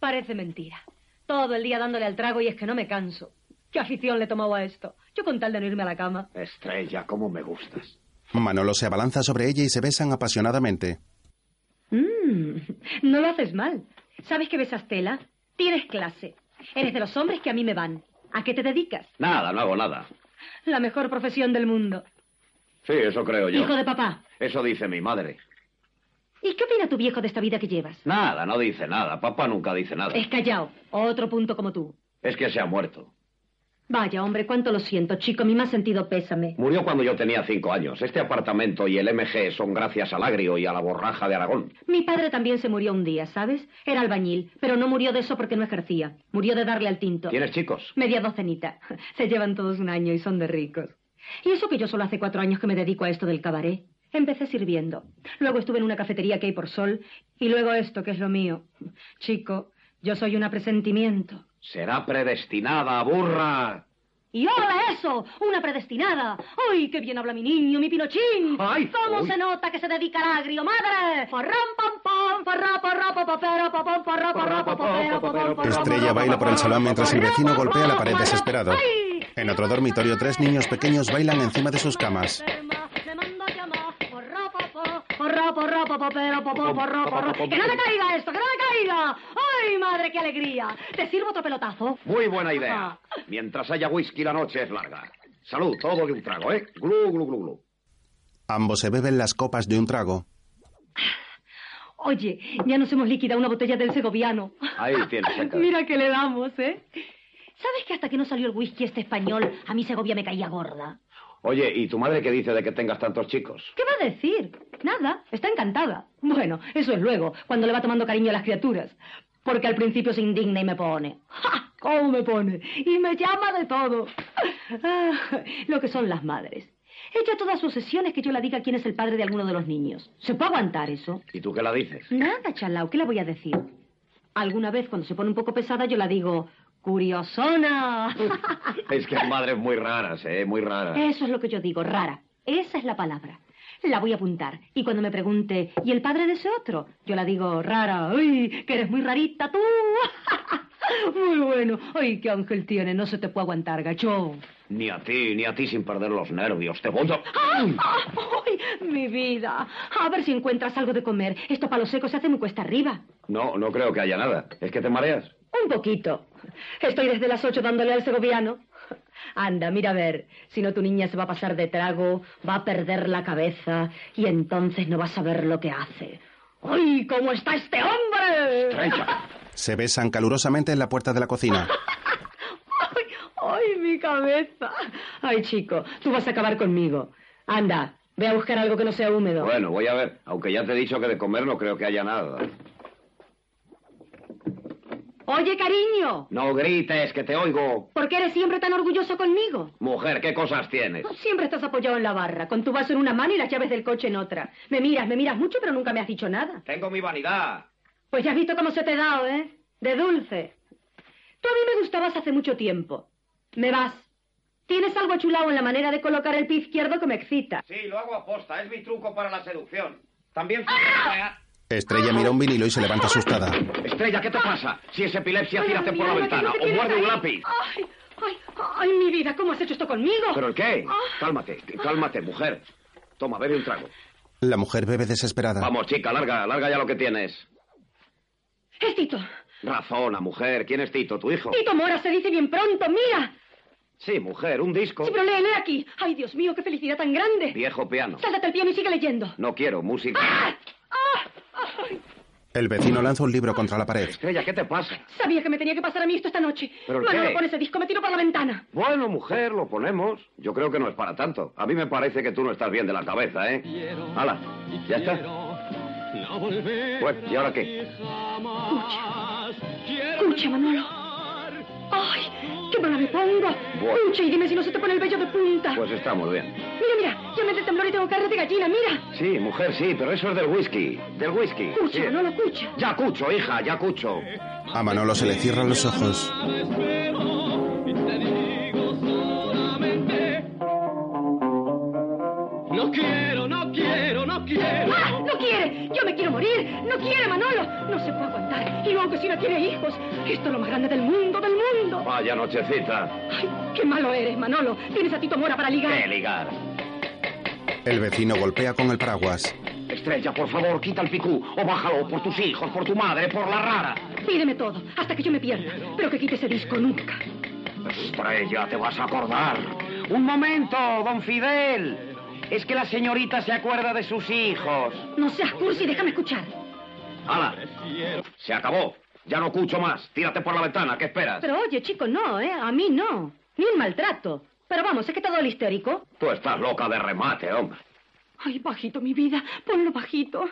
Parece mentira. Todo el día dándole al trago y es que no me canso. ¿Qué afición le he tomado a esto? Yo con tal de no irme a la cama. Estrella, cómo me gustas. Manolo se abalanza sobre ella y se besan apasionadamente. Mm, (laughs) no lo haces mal. ¿Sabes que besas tela? Tienes clase. Eres de los hombres que a mí me van. ¿A qué te dedicas? Nada, no hago nada. La mejor profesión del mundo. Sí, eso creo yo. Hijo de papá. Eso dice mi madre. ¿Y qué opina tu viejo de esta vida que llevas? Nada, no dice nada. Papá nunca dice nada. Es callao. Otro punto como tú. Es que se ha muerto. Vaya, hombre, cuánto lo siento, chico. Mi más sentido pésame. Murió cuando yo tenía cinco años. Este apartamento y el MG son gracias al agrio y a la borraja de Aragón. Mi padre también se murió un día, ¿sabes? Era albañil, pero no murió de eso porque no ejercía. Murió de darle al tinto. ¿Tienes chicos? Media docenita. (laughs) Se llevan todos un año y son de ricos. Y eso que yo solo hace cuatro años que me dedico a esto del cabaret. Empecé sirviendo. Luego estuve en una cafetería que hay por sol. Y luego esto, que es lo mío. Chico, yo soy una presentimiento. Será predestinada, burra. ¡Y hola eso! ¡Una predestinada! ¡Ay, qué bien habla mi niño, mi pinochín! ¡Ay! ¿Cómo uy. se nota que se dedica al agrio, madre? ¡Porrón, pom, pom! ¡Porrón, porrón, pom, popero, pom, pom, porrón, porrón, popero, pom, pom, porrón, Estrella porrón, baila por el salón mientras el vecino golpea la pared desesperado. En otro dormitorio, tres niños pequeños bailan encima de sus camas. porrón, porrón, pom, popero, pom, pom, porrón, porrón. ¡Que no te caiga esto, que no te caiga! ¡Ay, madre, qué alegría! ¿Te sirvo otro pelotazo? Muy buena idea. Mientras haya whisky, la noche es larga. Salud, todo de un trago, ¿eh? Glu, glu, glu, glu. Ambos se beben las copas de un trago. Oye, ya nos hemos liquidado una botella del segoviano. Ahí tienes. saca. (laughs) Mira que le damos, ¿eh? ¿Sabes que hasta que no salió el whisky este español, a mí Segovia me caía gorda? Oye, ¿y tu madre qué dice de que tengas tantos chicos? ¿Qué va a decir? Nada, está encantada. Bueno, eso es luego, cuando le va tomando cariño a las criaturas. Porque al principio se indigna y me pone. (laughs) ¡Ja! ¿Cómo me pone? Y me llama de todo. (laughs) Ah, lo que son las madres. Echa todas sus sesiones que yo la diga quién es el padre de alguno de los niños. ¿Se puede aguantar eso? ¿Y tú qué la (laughs) dices? Nada, chalao, ¿qué le voy a decir? Alguna vez, cuando se pone un poco pesada, yo la digo, curiosona. Es que hay madres muy raras, ¿eh? Muy raras. Eso es lo que yo digo, rara. Esa es la palabra. La voy a apuntar. Y cuando me pregunte, ¿y el padre de ese otro? Yo la digo, rara, uy, que eres muy rarita tú. (laughs) muy bueno. Ay, qué ángel tiene, no se te puede aguantar, gacho. Ni a ti, ni a ti sin perder los nervios. Te voy a... ¡Ay, mi vida! A ver si encuentras algo de comer. Esto para los secos se hace muy cuesta arriba. No, no creo que haya nada. ¿Es que te mareas? Un poquito. Estoy desde las ocho dándole al segoviano. Anda, mira a ver, si no tu niña se va a pasar de trago, va a perder la cabeza y entonces no va a saber lo que hace. ¡Ay, cómo está este hombre! Se besan calurosamente en la puerta de la cocina. ¡Ay, ay, mi cabeza! Ay, chico, tú vas a acabar conmigo. Anda, ve a buscar algo que no sea húmedo. Bueno, voy a ver. Aunque ya te he dicho que de comer no creo que haya nada. Oye, cariño, No grites, que te oigo. ¿por qué eres siempre tan orgulloso conmigo? Mujer, ¿qué cosas tienes? Siempre estás apoyado en la barra, con tu vaso en una mano y las llaves del coche en otra. Me miras, me miras mucho, pero nunca me has dicho nada. Tengo mi vanidad. Pues ya has visto cómo se te ha dado, ¿eh? De dulce. Tú a mí me gustabas hace mucho tiempo. Me vas. Tienes algo chulado en la manera de colocar el pie izquierdo que me excita. Sí, lo hago aposta. Es mi truco para la seducción. También... ¡Ah! Estrella mira un vinilo y se levanta asustada. Estrella, ¿qué te pasa? Si es epilepsia, Ah. Ay, tírate mi por la alma, que ventana no te o quieres muerde un salir. lápiz. Ay, ay, ay, mi vida, ¿cómo has hecho esto conmigo? ¿Pero el qué? Ah. Cálmate, cálmate, mujer. Toma, bebe un trago. La mujer bebe desesperada. Vamos, chica, larga, larga ya lo que tienes. Es Tito. Razona, mujer. ¿Quién es Tito, tu hijo? Tito Mora se dice bien pronto, mira. Sí, mujer, un disco. Sí, pero lee, lee aquí. Ay, Dios mío, qué felicidad tan grande. Viejo piano. Sáltate el piano y sigue leyendo. No quiero música. Ah. El vecino lanza un libro contra la pared. Estrella, ¿qué te pasa? Sabía que me tenía que pasar a mí esto esta noche. ¿Pero el Manolo, qué? pon ese disco, me tiro por la ventana. Bueno, mujer, lo ponemos. Yo creo que no es para tanto. A mí me parece que tú no estás bien de la cabeza, ¿eh? Hala, ¿ya está? Pues, Bueno, ¿y ahora qué? Escucha, Manolo. Ay, qué mala me pongo. Escucha y dime si no se te pone el vello de punta. Pues estamos bien. Mira, mira, ya me entra el temblor y tengo carne de gallina, mira. Sí, mujer, sí, pero eso es del whisky. Del whisky. Escucha, Sí. Manolo, escucha. Ya cucho, hija, ya cucho. A Manolo se le cierran los ojos. No quiero, no quiero, no quiero. ¡Ah! ¡No quiere! ¡Yo me quiero morir! ¡No quiere, Manolo! No se puede aguantar. Y luego que si no tiene hijos. Esto es lo más grande del mundo, del mundo. Vaya nochecita. ¡Qué malo eres, Manolo! Tienes a Tito Mora para ligar. ¿Qué ligar? El vecino golpea con el paraguas. Estrella, por favor, quita el picú. O bájalo por tus hijos, por tu madre, por la rara. Pídeme todo, hasta que yo me pierda. Pero que quite ese disco nunca. Estrella, te vas a acordar. Un momento, don Fidel. Es que la señorita se acuerda de sus hijos. No seas cursi, déjame escuchar. ¡Hala! Se acabó. Ya no escucho más. Tírate por la ventana. ¿Qué esperas? Pero oye, chico, no, ¿eh? A mí no. Ni un maltrato. Pero vamos, es que todo el histérico. Tú estás loca de remate, hombre. Ay, bajito, mi vida. Ponlo bajito.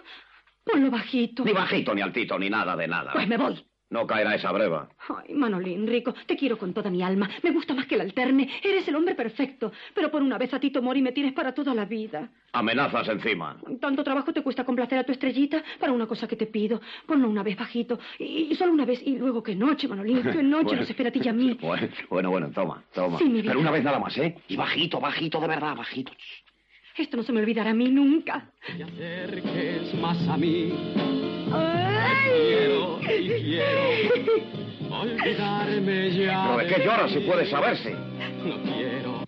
Ponlo bajito. Ni bajito, ni altito, ni nada de nada. Pues me voy. No caerá esa breva. Ay, Manolín, rico, te quiero con toda mi alma. Me gusta más que el alterne. Eres el hombre perfecto. Pero por una vez a Tito Mori me tienes para toda la vida. Amenazas encima. Tanto trabajo te cuesta complacer a tu estrellita para una cosa que te pido. Ponlo una vez bajito. Y, y solo una vez. Y luego que noche, (laughs) Manolín. Que noche Bueno. nos espera a ti y (laughs) a mí. Bueno, Pues, bueno, bueno, toma, toma. Sí, mi vida. Pero una vez nada más, ¿eh? Y bajito, bajito, de verdad, bajito. Esto no se me olvidará a mí nunca. acerques más a mí. Quiero y quiero olvidarme ya. Pero de qué lloras si puede saberse. No quiero.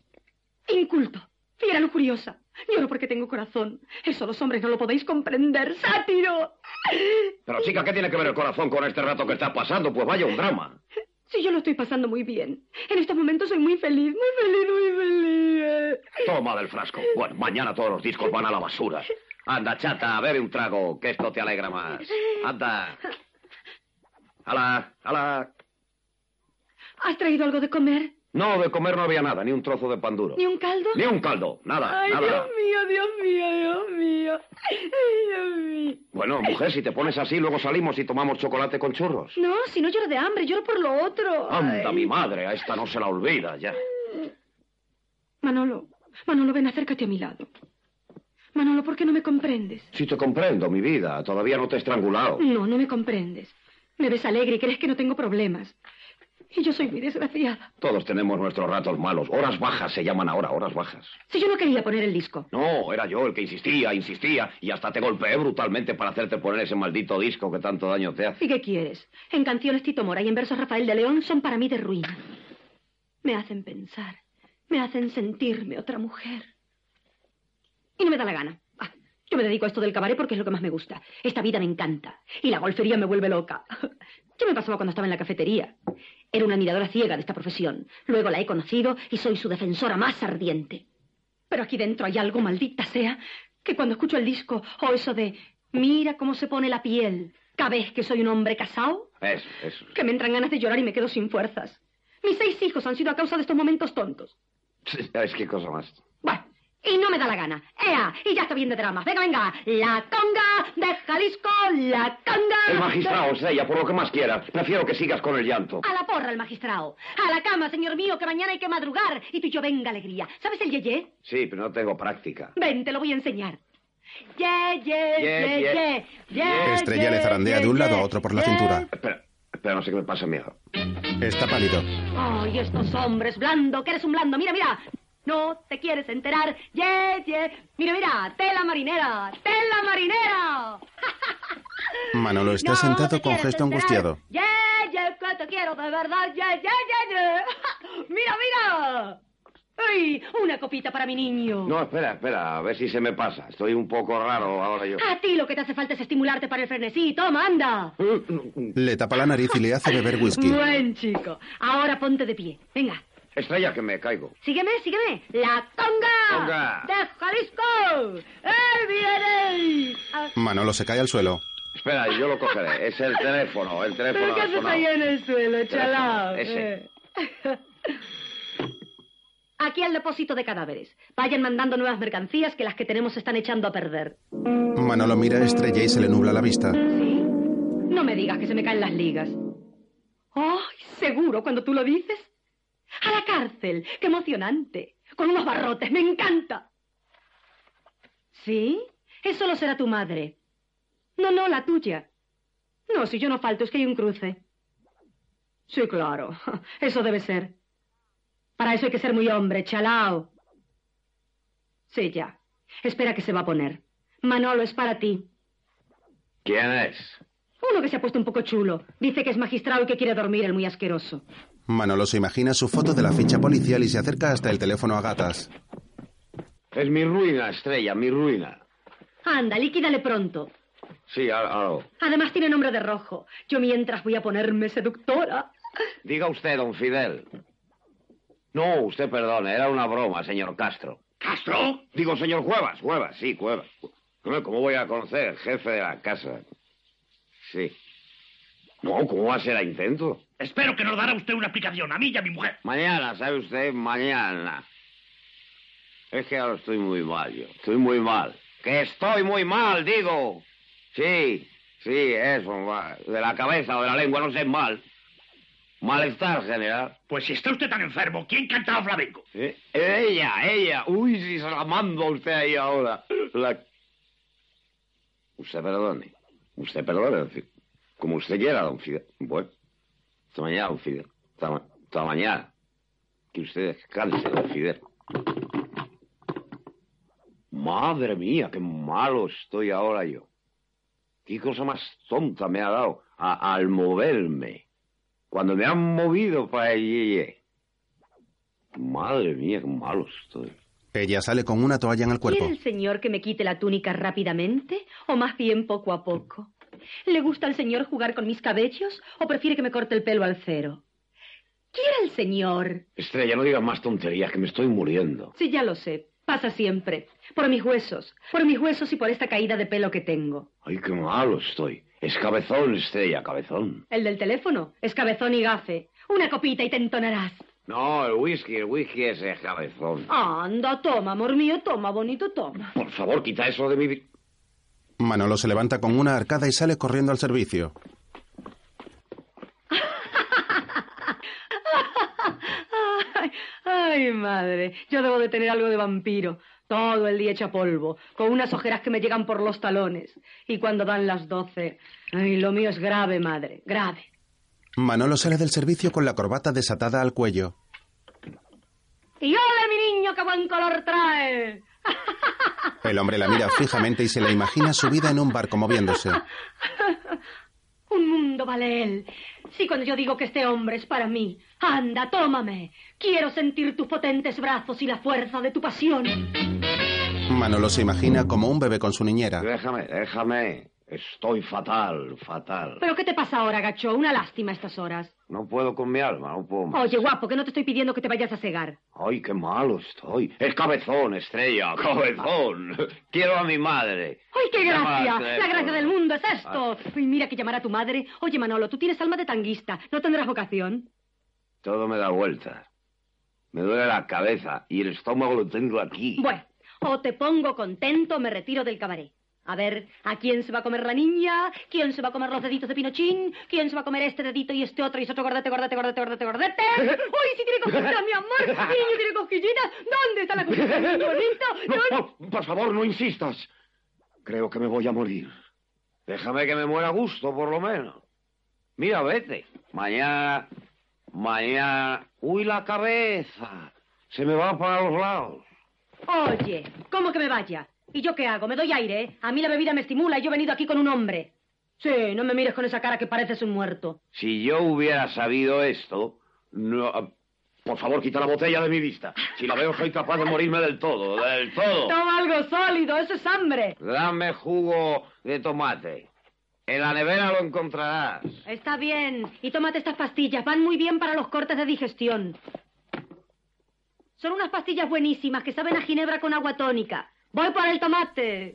Inculto. Fiera lujuriosa. Lloro porque tengo corazón. Eso los hombres no lo podéis comprender. ¡Sátiro! Pero chica, ¿qué tiene que ver el corazón con este rato que está pasando? Pues vaya un drama. Si yo lo estoy pasando muy bien. En estos momentos soy muy feliz, muy feliz, muy feliz. Toma del frasco. Bueno, mañana todos los discos van a la basura. Anda, chata, bebe un trago, que esto te alegra más. Anda. Hala, hala. ¿Has traído algo de comer? No, de comer no había nada, ni un trozo de pan duro. ¿Ni un caldo? Ni un caldo, nada, Ay, nada. Dios mío, Dios mío, Dios mío. Ay, Dios mío. Bueno, mujer, si te pones así, luego salimos y tomamos chocolate con churros. No, si no lloro de hambre, lloro por lo otro. Anda, mi madre, a esta no se la olvida ya. Manolo, Manolo, ven, acércate a mi lado. Manolo, ¿por qué no me comprendes? Si te comprendo, mi vida, todavía no te he estrangulado. No, no me comprendes. Me ves alegre y crees que no tengo problemas. Y yo soy muy desgraciada. Todos tenemos nuestros ratos malos. Horas bajas se llaman ahora, horas bajas. Si yo no quería poner el disco. No, era yo el que insistía, insistía, y hasta te golpeé brutalmente para hacerte poner ese maldito disco que tanto daño te hace. ¿Y qué quieres? En canciones Tito Mora y en versos Rafael de León son para mí de ruina. Me hacen pensar, me hacen sentirme otra mujer. Y no me da la gana. Ah, yo me dedico a esto del cabaret porque es lo que más me gusta. Esta vida me encanta. Y la golfería me vuelve loca. (laughs) Yo me pasaba cuando estaba en la cafetería. Era una admiradora ciega de esta profesión. Luego la he conocido y soy su defensora más ardiente. Pero aquí dentro hay algo, maldita sea, que cuando escucho el disco o eso de mira cómo se pone la piel, cada vez que soy un hombre casado, Eso, eso. que me entran ganas de llorar y me quedo sin fuerzas. Mis seis hijos han sido a causa de estos momentos tontos. ¿Sabes qué cosa más? Y no me da la gana. ¡Ea! Y ya está bien de dramas. Venga, venga. La conga de Jalisco, la conga. El de- magistrado, Sella, por lo que más quieras. Prefiero que sigas con el llanto. A la porra, el magistrado. A la cama, señor mío, que mañana hay que madrugar. Y tú y yo, venga, alegría. ¿Sabes el yeye? Sí, pero no tengo práctica. Ven, te lo voy a enseñar. Ye, ye, Ye, ye, ye. ye, ye, Estrella ye, le zarandea ye, de un lado ye. a otro por la cintura. Espera, espera, no sé qué me pasa, miedo. Está pálido. Ay, estos hombres, blando, que eres un blando. Mira, mira. No te quieres enterar. Ye, ye. Mira, mira. Tela marinera. Tela marinera. Manolo está No, sentado te con quieres gesto enterar. angustiado. Ye, ye, que te quiero de verdad. Ye, ye, ye, ye. (laughs) Mira, mira. Ay, una copita para mi niño. No, espera, espera, a ver si se me pasa. Estoy un poco raro ahora yo. A ti lo que te hace falta es estimularte para el frenesí. Toma, anda. Le tapa la nariz y le hace beber whisky. Buen chico. Ahora ponte de pie. Venga. Estrella, que me caigo. Sígueme, sígueme. La conga. Conga. De Jalisco. ¡Eh, viene! Ah, Manolo se cae al suelo. Espera, yo lo cogeré. Es el teléfono, el teléfono. ¿Pero qué ha haces sonado. ahí en el suelo, Teléfono, chalao? ese. Eh. (laughs) Aquí al depósito de cadáveres. Vayan mandando nuevas mercancías que las que tenemos se están echando a perder. Manolo mira a Estrella y se le nubla la vista. No me digas que se me caen las ligas. ¡Ay, seguro cuando tú lo dices! ¡A la cárcel! ¡Qué emocionante! Con unos barrotes, me encanta. ¿Sí? Eso lo será tu madre. No, no, la tuya. No, si yo no falto, es que hay un cruce. Sí, claro. (laughs) Eso debe ser. Para eso hay que ser muy hombre, chalao. Sí, ya. Espera que se va a poner. Manolo, es para ti. ¿Quién es? Uno que se ha puesto un poco chulo. Dice que es magistrado y que quiere dormir, el muy asqueroso. Manolo se imagina su foto de la ficha policial y se acerca hasta el teléfono a gatas. Es mi ruina, Estrella, mi ruina. Anda, líquídale pronto. Sí, ahora. ahora. Además tiene nombre de rojo. Yo mientras voy a ponerme seductora. Diga usted, don Fidel. No, usted perdone, era una broma, señor Castro. ¿Castro? Digo, señor Cuevas, Cuevas, sí, Cuevas. Hombre, ¿Cómo voy a conocer al jefe de la casa? Sí. No, ¿cómo va a ser a intento? Espero que nos dará usted una explicación, a mí y a mi mujer. Mañana, ¿sabe usted? Mañana. Es que ahora estoy muy mal, yo. Estoy muy mal. Que estoy muy mal, digo. Sí, sí, eso, va. de la cabeza o de la lengua, no sé, mal. Malestar general. Pues si está usted tan enfermo, ¿quién cantaba flamenco? Eh, Ella, ella. Uy, si se la mando a usted ahí ahora. La- Usted perdone. Usted perdone, don Fidel. Como usted quiera, don Fidel. Bueno. Hasta mañana, don Fidel. Hasta, ma- hasta mañana. Que usted descanse, don Fidel. Madre mía, qué malo estoy ahora yo. Qué cosa más tonta me ha dado a- al moverme. Cuando me han movido para eh. el yeye. Madre mía, qué malo estoy. Ella sale con una toalla en el cuerpo. ¿Quiere el señor que me quite la túnica rápidamente o más bien poco a poco? ¿Le gusta al señor jugar con mis cabellos o prefiere que me corte el pelo al cero? ¿Quiere el señor? Estrella, no digas más tonterías, que me estoy muriendo. Sí, ya lo sé. Pasa siempre. Por mis huesos. Por mis huesos y por esta caída de pelo que tengo. Ay, qué malo estoy. Es cabezón, Estrella, cabezón. El del teléfono es cabezón y gafe. Una copita y te entonarás. No, el whisky, el whisky es el cabezón. Ah, Anda, toma, amor mío, toma, bonito, toma. Por favor, quita eso de mi... vi- Manolo se levanta con una arcada y sale corriendo al servicio. Ay, ay, madre, yo debo de tener algo de vampiro. Todo el día hecha polvo, con unas ojeras que me llegan por los talones. Y cuando dan las doce... Ay, lo mío es grave, madre, grave. Manolo sale del servicio con la corbata desatada al cuello. ¡Y ole, mi niño, qué buen color trae! El hombre la mira fijamente y se la imagina subida en un barco moviéndose. Un mundo vale él. Si cuando yo digo que este hombre es para mí, anda, tómame. Quiero sentir tus potentes brazos y la fuerza de tu pasión. Manolo se imagina como un bebé con su niñera. Déjame, déjame. Estoy fatal, fatal. ¿Pero qué te pasa ahora, gacho? Una lástima a estas horas. No puedo con mi alma, no puedo más. Oye, guapo, que no te estoy pidiendo que te vayas a cegar. Ay, qué malo estoy. Es cabezón, estrella, (laughs) cabezón. Quiero a mi madre. ¡Ay, qué gracia! Llamadle, La gracia del mundo es esto. Uy, mira que llamar a tu madre. Oye, Manolo, tú tienes alma de tanguista. ¿No tendrás vocación? Todo me da vueltas. Me duele la cabeza y el estómago lo tengo aquí. Bueno, o te pongo contento o me retiro del cabaret. A ver, ¿a quién se va a comer la niña? ¿Quién se va a comer los deditos de Pinochín? ¿Quién se va a comer este dedito y este otro y este otro gordete, gordete, gordete, gordete, gordete? ¡Uy, si tiene cosquillitas, mi amor! ¡Mi niño tiene cosquillitas! ¿Dónde está la cosquillita, mi bonito? (laughs) No, no, por favor, no insistas. Creo que me voy a morir. Déjame que me muera a gusto, por lo menos. Mira, vete. Mañana, mañana... Uy, la cabeza. Se me va para los lados. Oye, ¿cómo que me vaya? ¿Y yo qué hago? ¿Me doy aire? eh? A mí la bebida me estimula y yo he venido aquí con un hombre. Sí, no me mires con esa cara que pareces un muerto. Si yo hubiera sabido esto, no... ah, Por favor, quita la botella de mi vista. Si la veo, soy capaz de morirme del todo, del todo. Toma algo sólido, eso es hambre. Dame jugo de tomate. En la nevera lo encontrarás. Está bien. Y tómate estas pastillas. Van muy bien para los cortes de digestión. Son unas pastillas buenísimas que saben a ginebra con agua tónica. Voy por el tomate.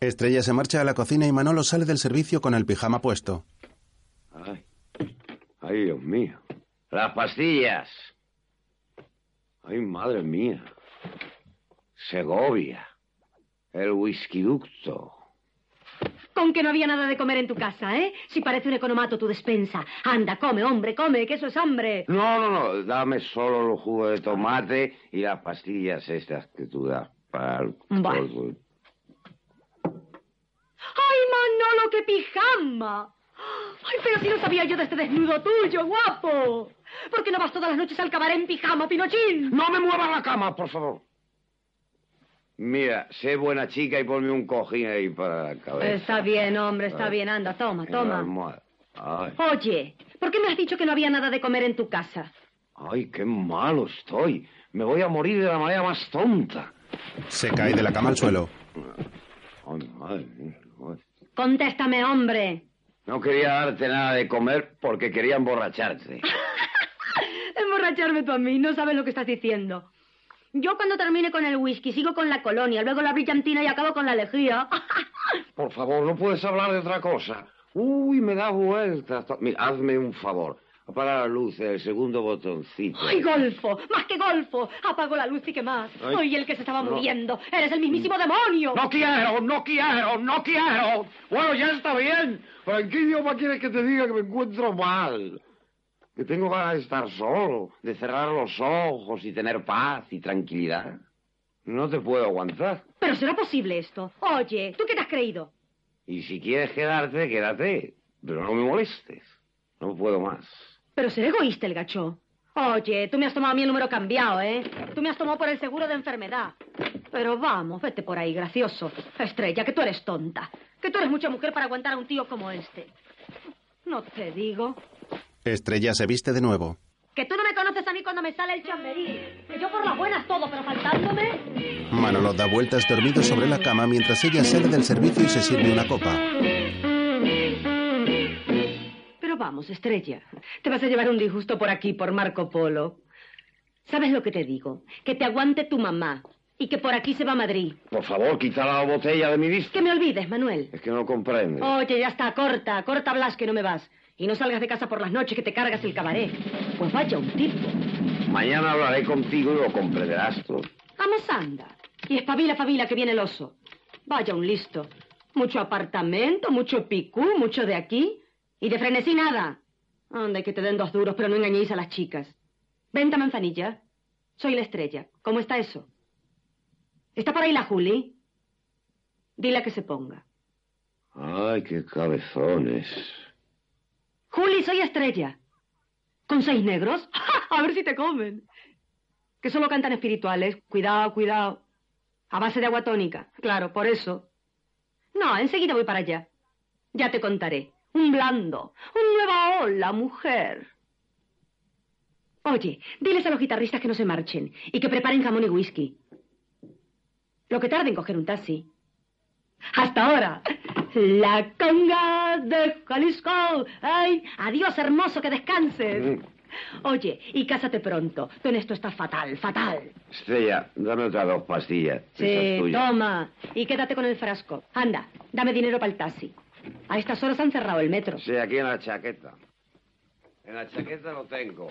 Estrella se marcha a la cocina y Manolo sale del servicio con el pijama puesto. Ay, ay, Dios mío. Las pastillas. Ay, madre mía. Segovia. El whisky ducto. Con que no había nada de comer en tu casa, ¿eh? Si parece un economato tu despensa. Anda, come, hombre, come, que eso es hambre. No, no, no. Dame solo los jugos de tomate y las pastillas estas que tú das para el... Bueno. ¡Ay, Manolo, qué pijama! ¡Ay, pero si no sabía yo de este desnudo tuyo, guapo! ¿Por qué no vas todas las noches al cabaret en pijama, Pinochín? ¡No me muevas la cama, por favor! Mira, sé buena chica y ponme un cojín ahí para la cabeza. Está bien, hombre, está Ay. bien. Anda, toma, En la toma. almohada. Ay. Oye, ¿por qué me has dicho que no había nada de comer en tu casa? Ay, qué malo estoy. Me voy a morir de la manera más tonta. Se cae de la cama al suelo. Ay, madre mía, madre. Contéstame, hombre. No quería darte nada de comer porque quería emborracharte. Emborracharme tú a mí, no sabes lo que estás diciendo. Yo cuando termine con el whisky, sigo con la colonia, luego la brillantina y acabo con la lejía. (laughs) Por favor, no puedes hablar de otra cosa. Uy, me da vueltas. to- Mira, hazme un favor. Apaga la luz del segundo botoncito. ¡Ay, golfo! ¡Más que golfo! Apago la luz y qué más. Ay. ¡Ay, el que se estaba No. Mm. muriendo! ¡Eres el mismísimo demonio! No quiero, no quiero, no quiero. Bueno, ya está bien. ¿Pero en qué idioma quieres que te diga que me encuentro mal? Que tengo ganas de estar solo, de cerrar los ojos y tener paz y tranquilidad. No te puedo aguantar. ¿Pero será posible esto? Oye, ¿tú qué te has creído? Y si quieres quedarte, quédate. Pero no me molestes. No puedo más. Pero será egoísta el gacho. Oye, tú me has tomado a mí el número cambiado, ¿eh? Tú me has tomado por el seguro de enfermedad. Pero vamos, vete por ahí, gracioso. Estrella, que tú eres tonta. Que tú eres mucha mujer para aguantar a un tío como este. No te digo. Estrella se viste de nuevo. Que tú no me conoces a mí cuando me sale el chamberí. Que yo por las buenas todo, pero faltándome... Manolo da vueltas dormido sobre la cama mientras ella sale del servicio y se sirve una copa. Pero vamos, Estrella, te vas a llevar un disgusto por aquí, por Marco Polo. ¿Sabes lo que te digo? Que te aguante tu mamá y que por aquí se va a Madrid. Por favor, quita la botella de mi vista. Que me olvides, Manuel. Es que no comprendes. Oye, ya está, corta, corta, Blas, que no me vas. Y no salgas de casa por las noches, que te cargas el cabaret. Pues vaya un tipo. Mañana hablaré contigo y lo comprenderás tú. Vamos, anda. Y espabila, espabila, que viene el oso. Vaya un listo. Mucho apartamento, mucho picú, mucho de aquí. Y de frenesí nada. Anda, que te den dos duros, pero no engañéis a las chicas. Venta manzanilla. Soy la estrella. ¿Cómo está eso? ¿Está por ahí la Juli? Dile que se ponga. Ay, qué cabezones. Juli, soy estrella. ¿Con seis negros? (laughs) a ver si te comen. Que solo cantan espirituales. Cuidado, cuidado. A base de agua tónica. Claro, por eso. No, enseguida voy para allá. Ya te contaré. Un blando. Un nueva ola, mujer. Oye, diles a los guitarristas que no se marchen y que preparen jamón y whisky. Lo que tarde en coger un taxi. Hasta ahora. La conga de Jalisco. Ay, adiós hermoso, que Mm. descanses. Oye, y cásate pronto. Tú en esto estás fatal, fatal. Estrella, dame otras dos pastillas. Sí, toma. Y quédate con el frasco. Anda, dame dinero para el taxi. A estas horas han cerrado el metro. Sí, aquí en la chaqueta. En la chaqueta lo tengo.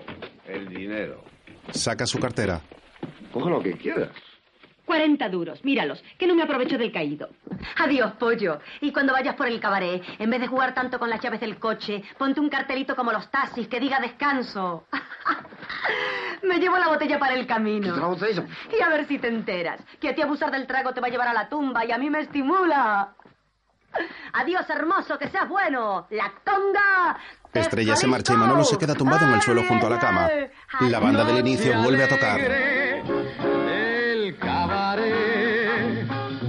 El dinero. Saca su cartera. Coge lo que quieras. 40 duros, míralos, que no me aprovecho del caído. Adiós, pollo. Y cuando vayas por el cabaret, en vez de jugar tanto con las llaves del coche, ponte un cartelito como los taxis que diga descanso. (laughs) Me llevo la botella para el camino. ¿La botella? Y a ver si te enteras, que a ti abusar del trago te va a llevar a la tumba y a mí me estimula. Adiós, hermoso, que seas bueno. La conga. de Estrella se marcha y Manolo se queda tumbado en el suelo junto a la cama. La banda del inicio vuelve a tocar. El cabaret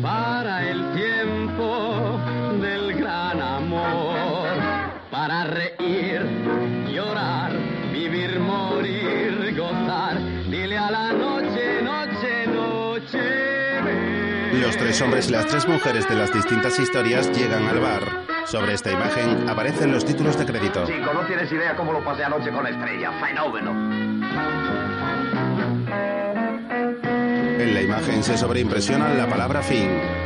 para el tiempo del gran amor, para reír, llorar, vivir, morir, gozar. Dile a la noche, noche, noche. Los tres hombres y las tres mujeres de las distintas historias llegan al bar. Sobre esta imagen aparecen los títulos de crédito. Chico, no tienes idea cómo lo pasé anoche con Estrella. Fenómeno. En la imagen se sobreimpresiona la palabra fin.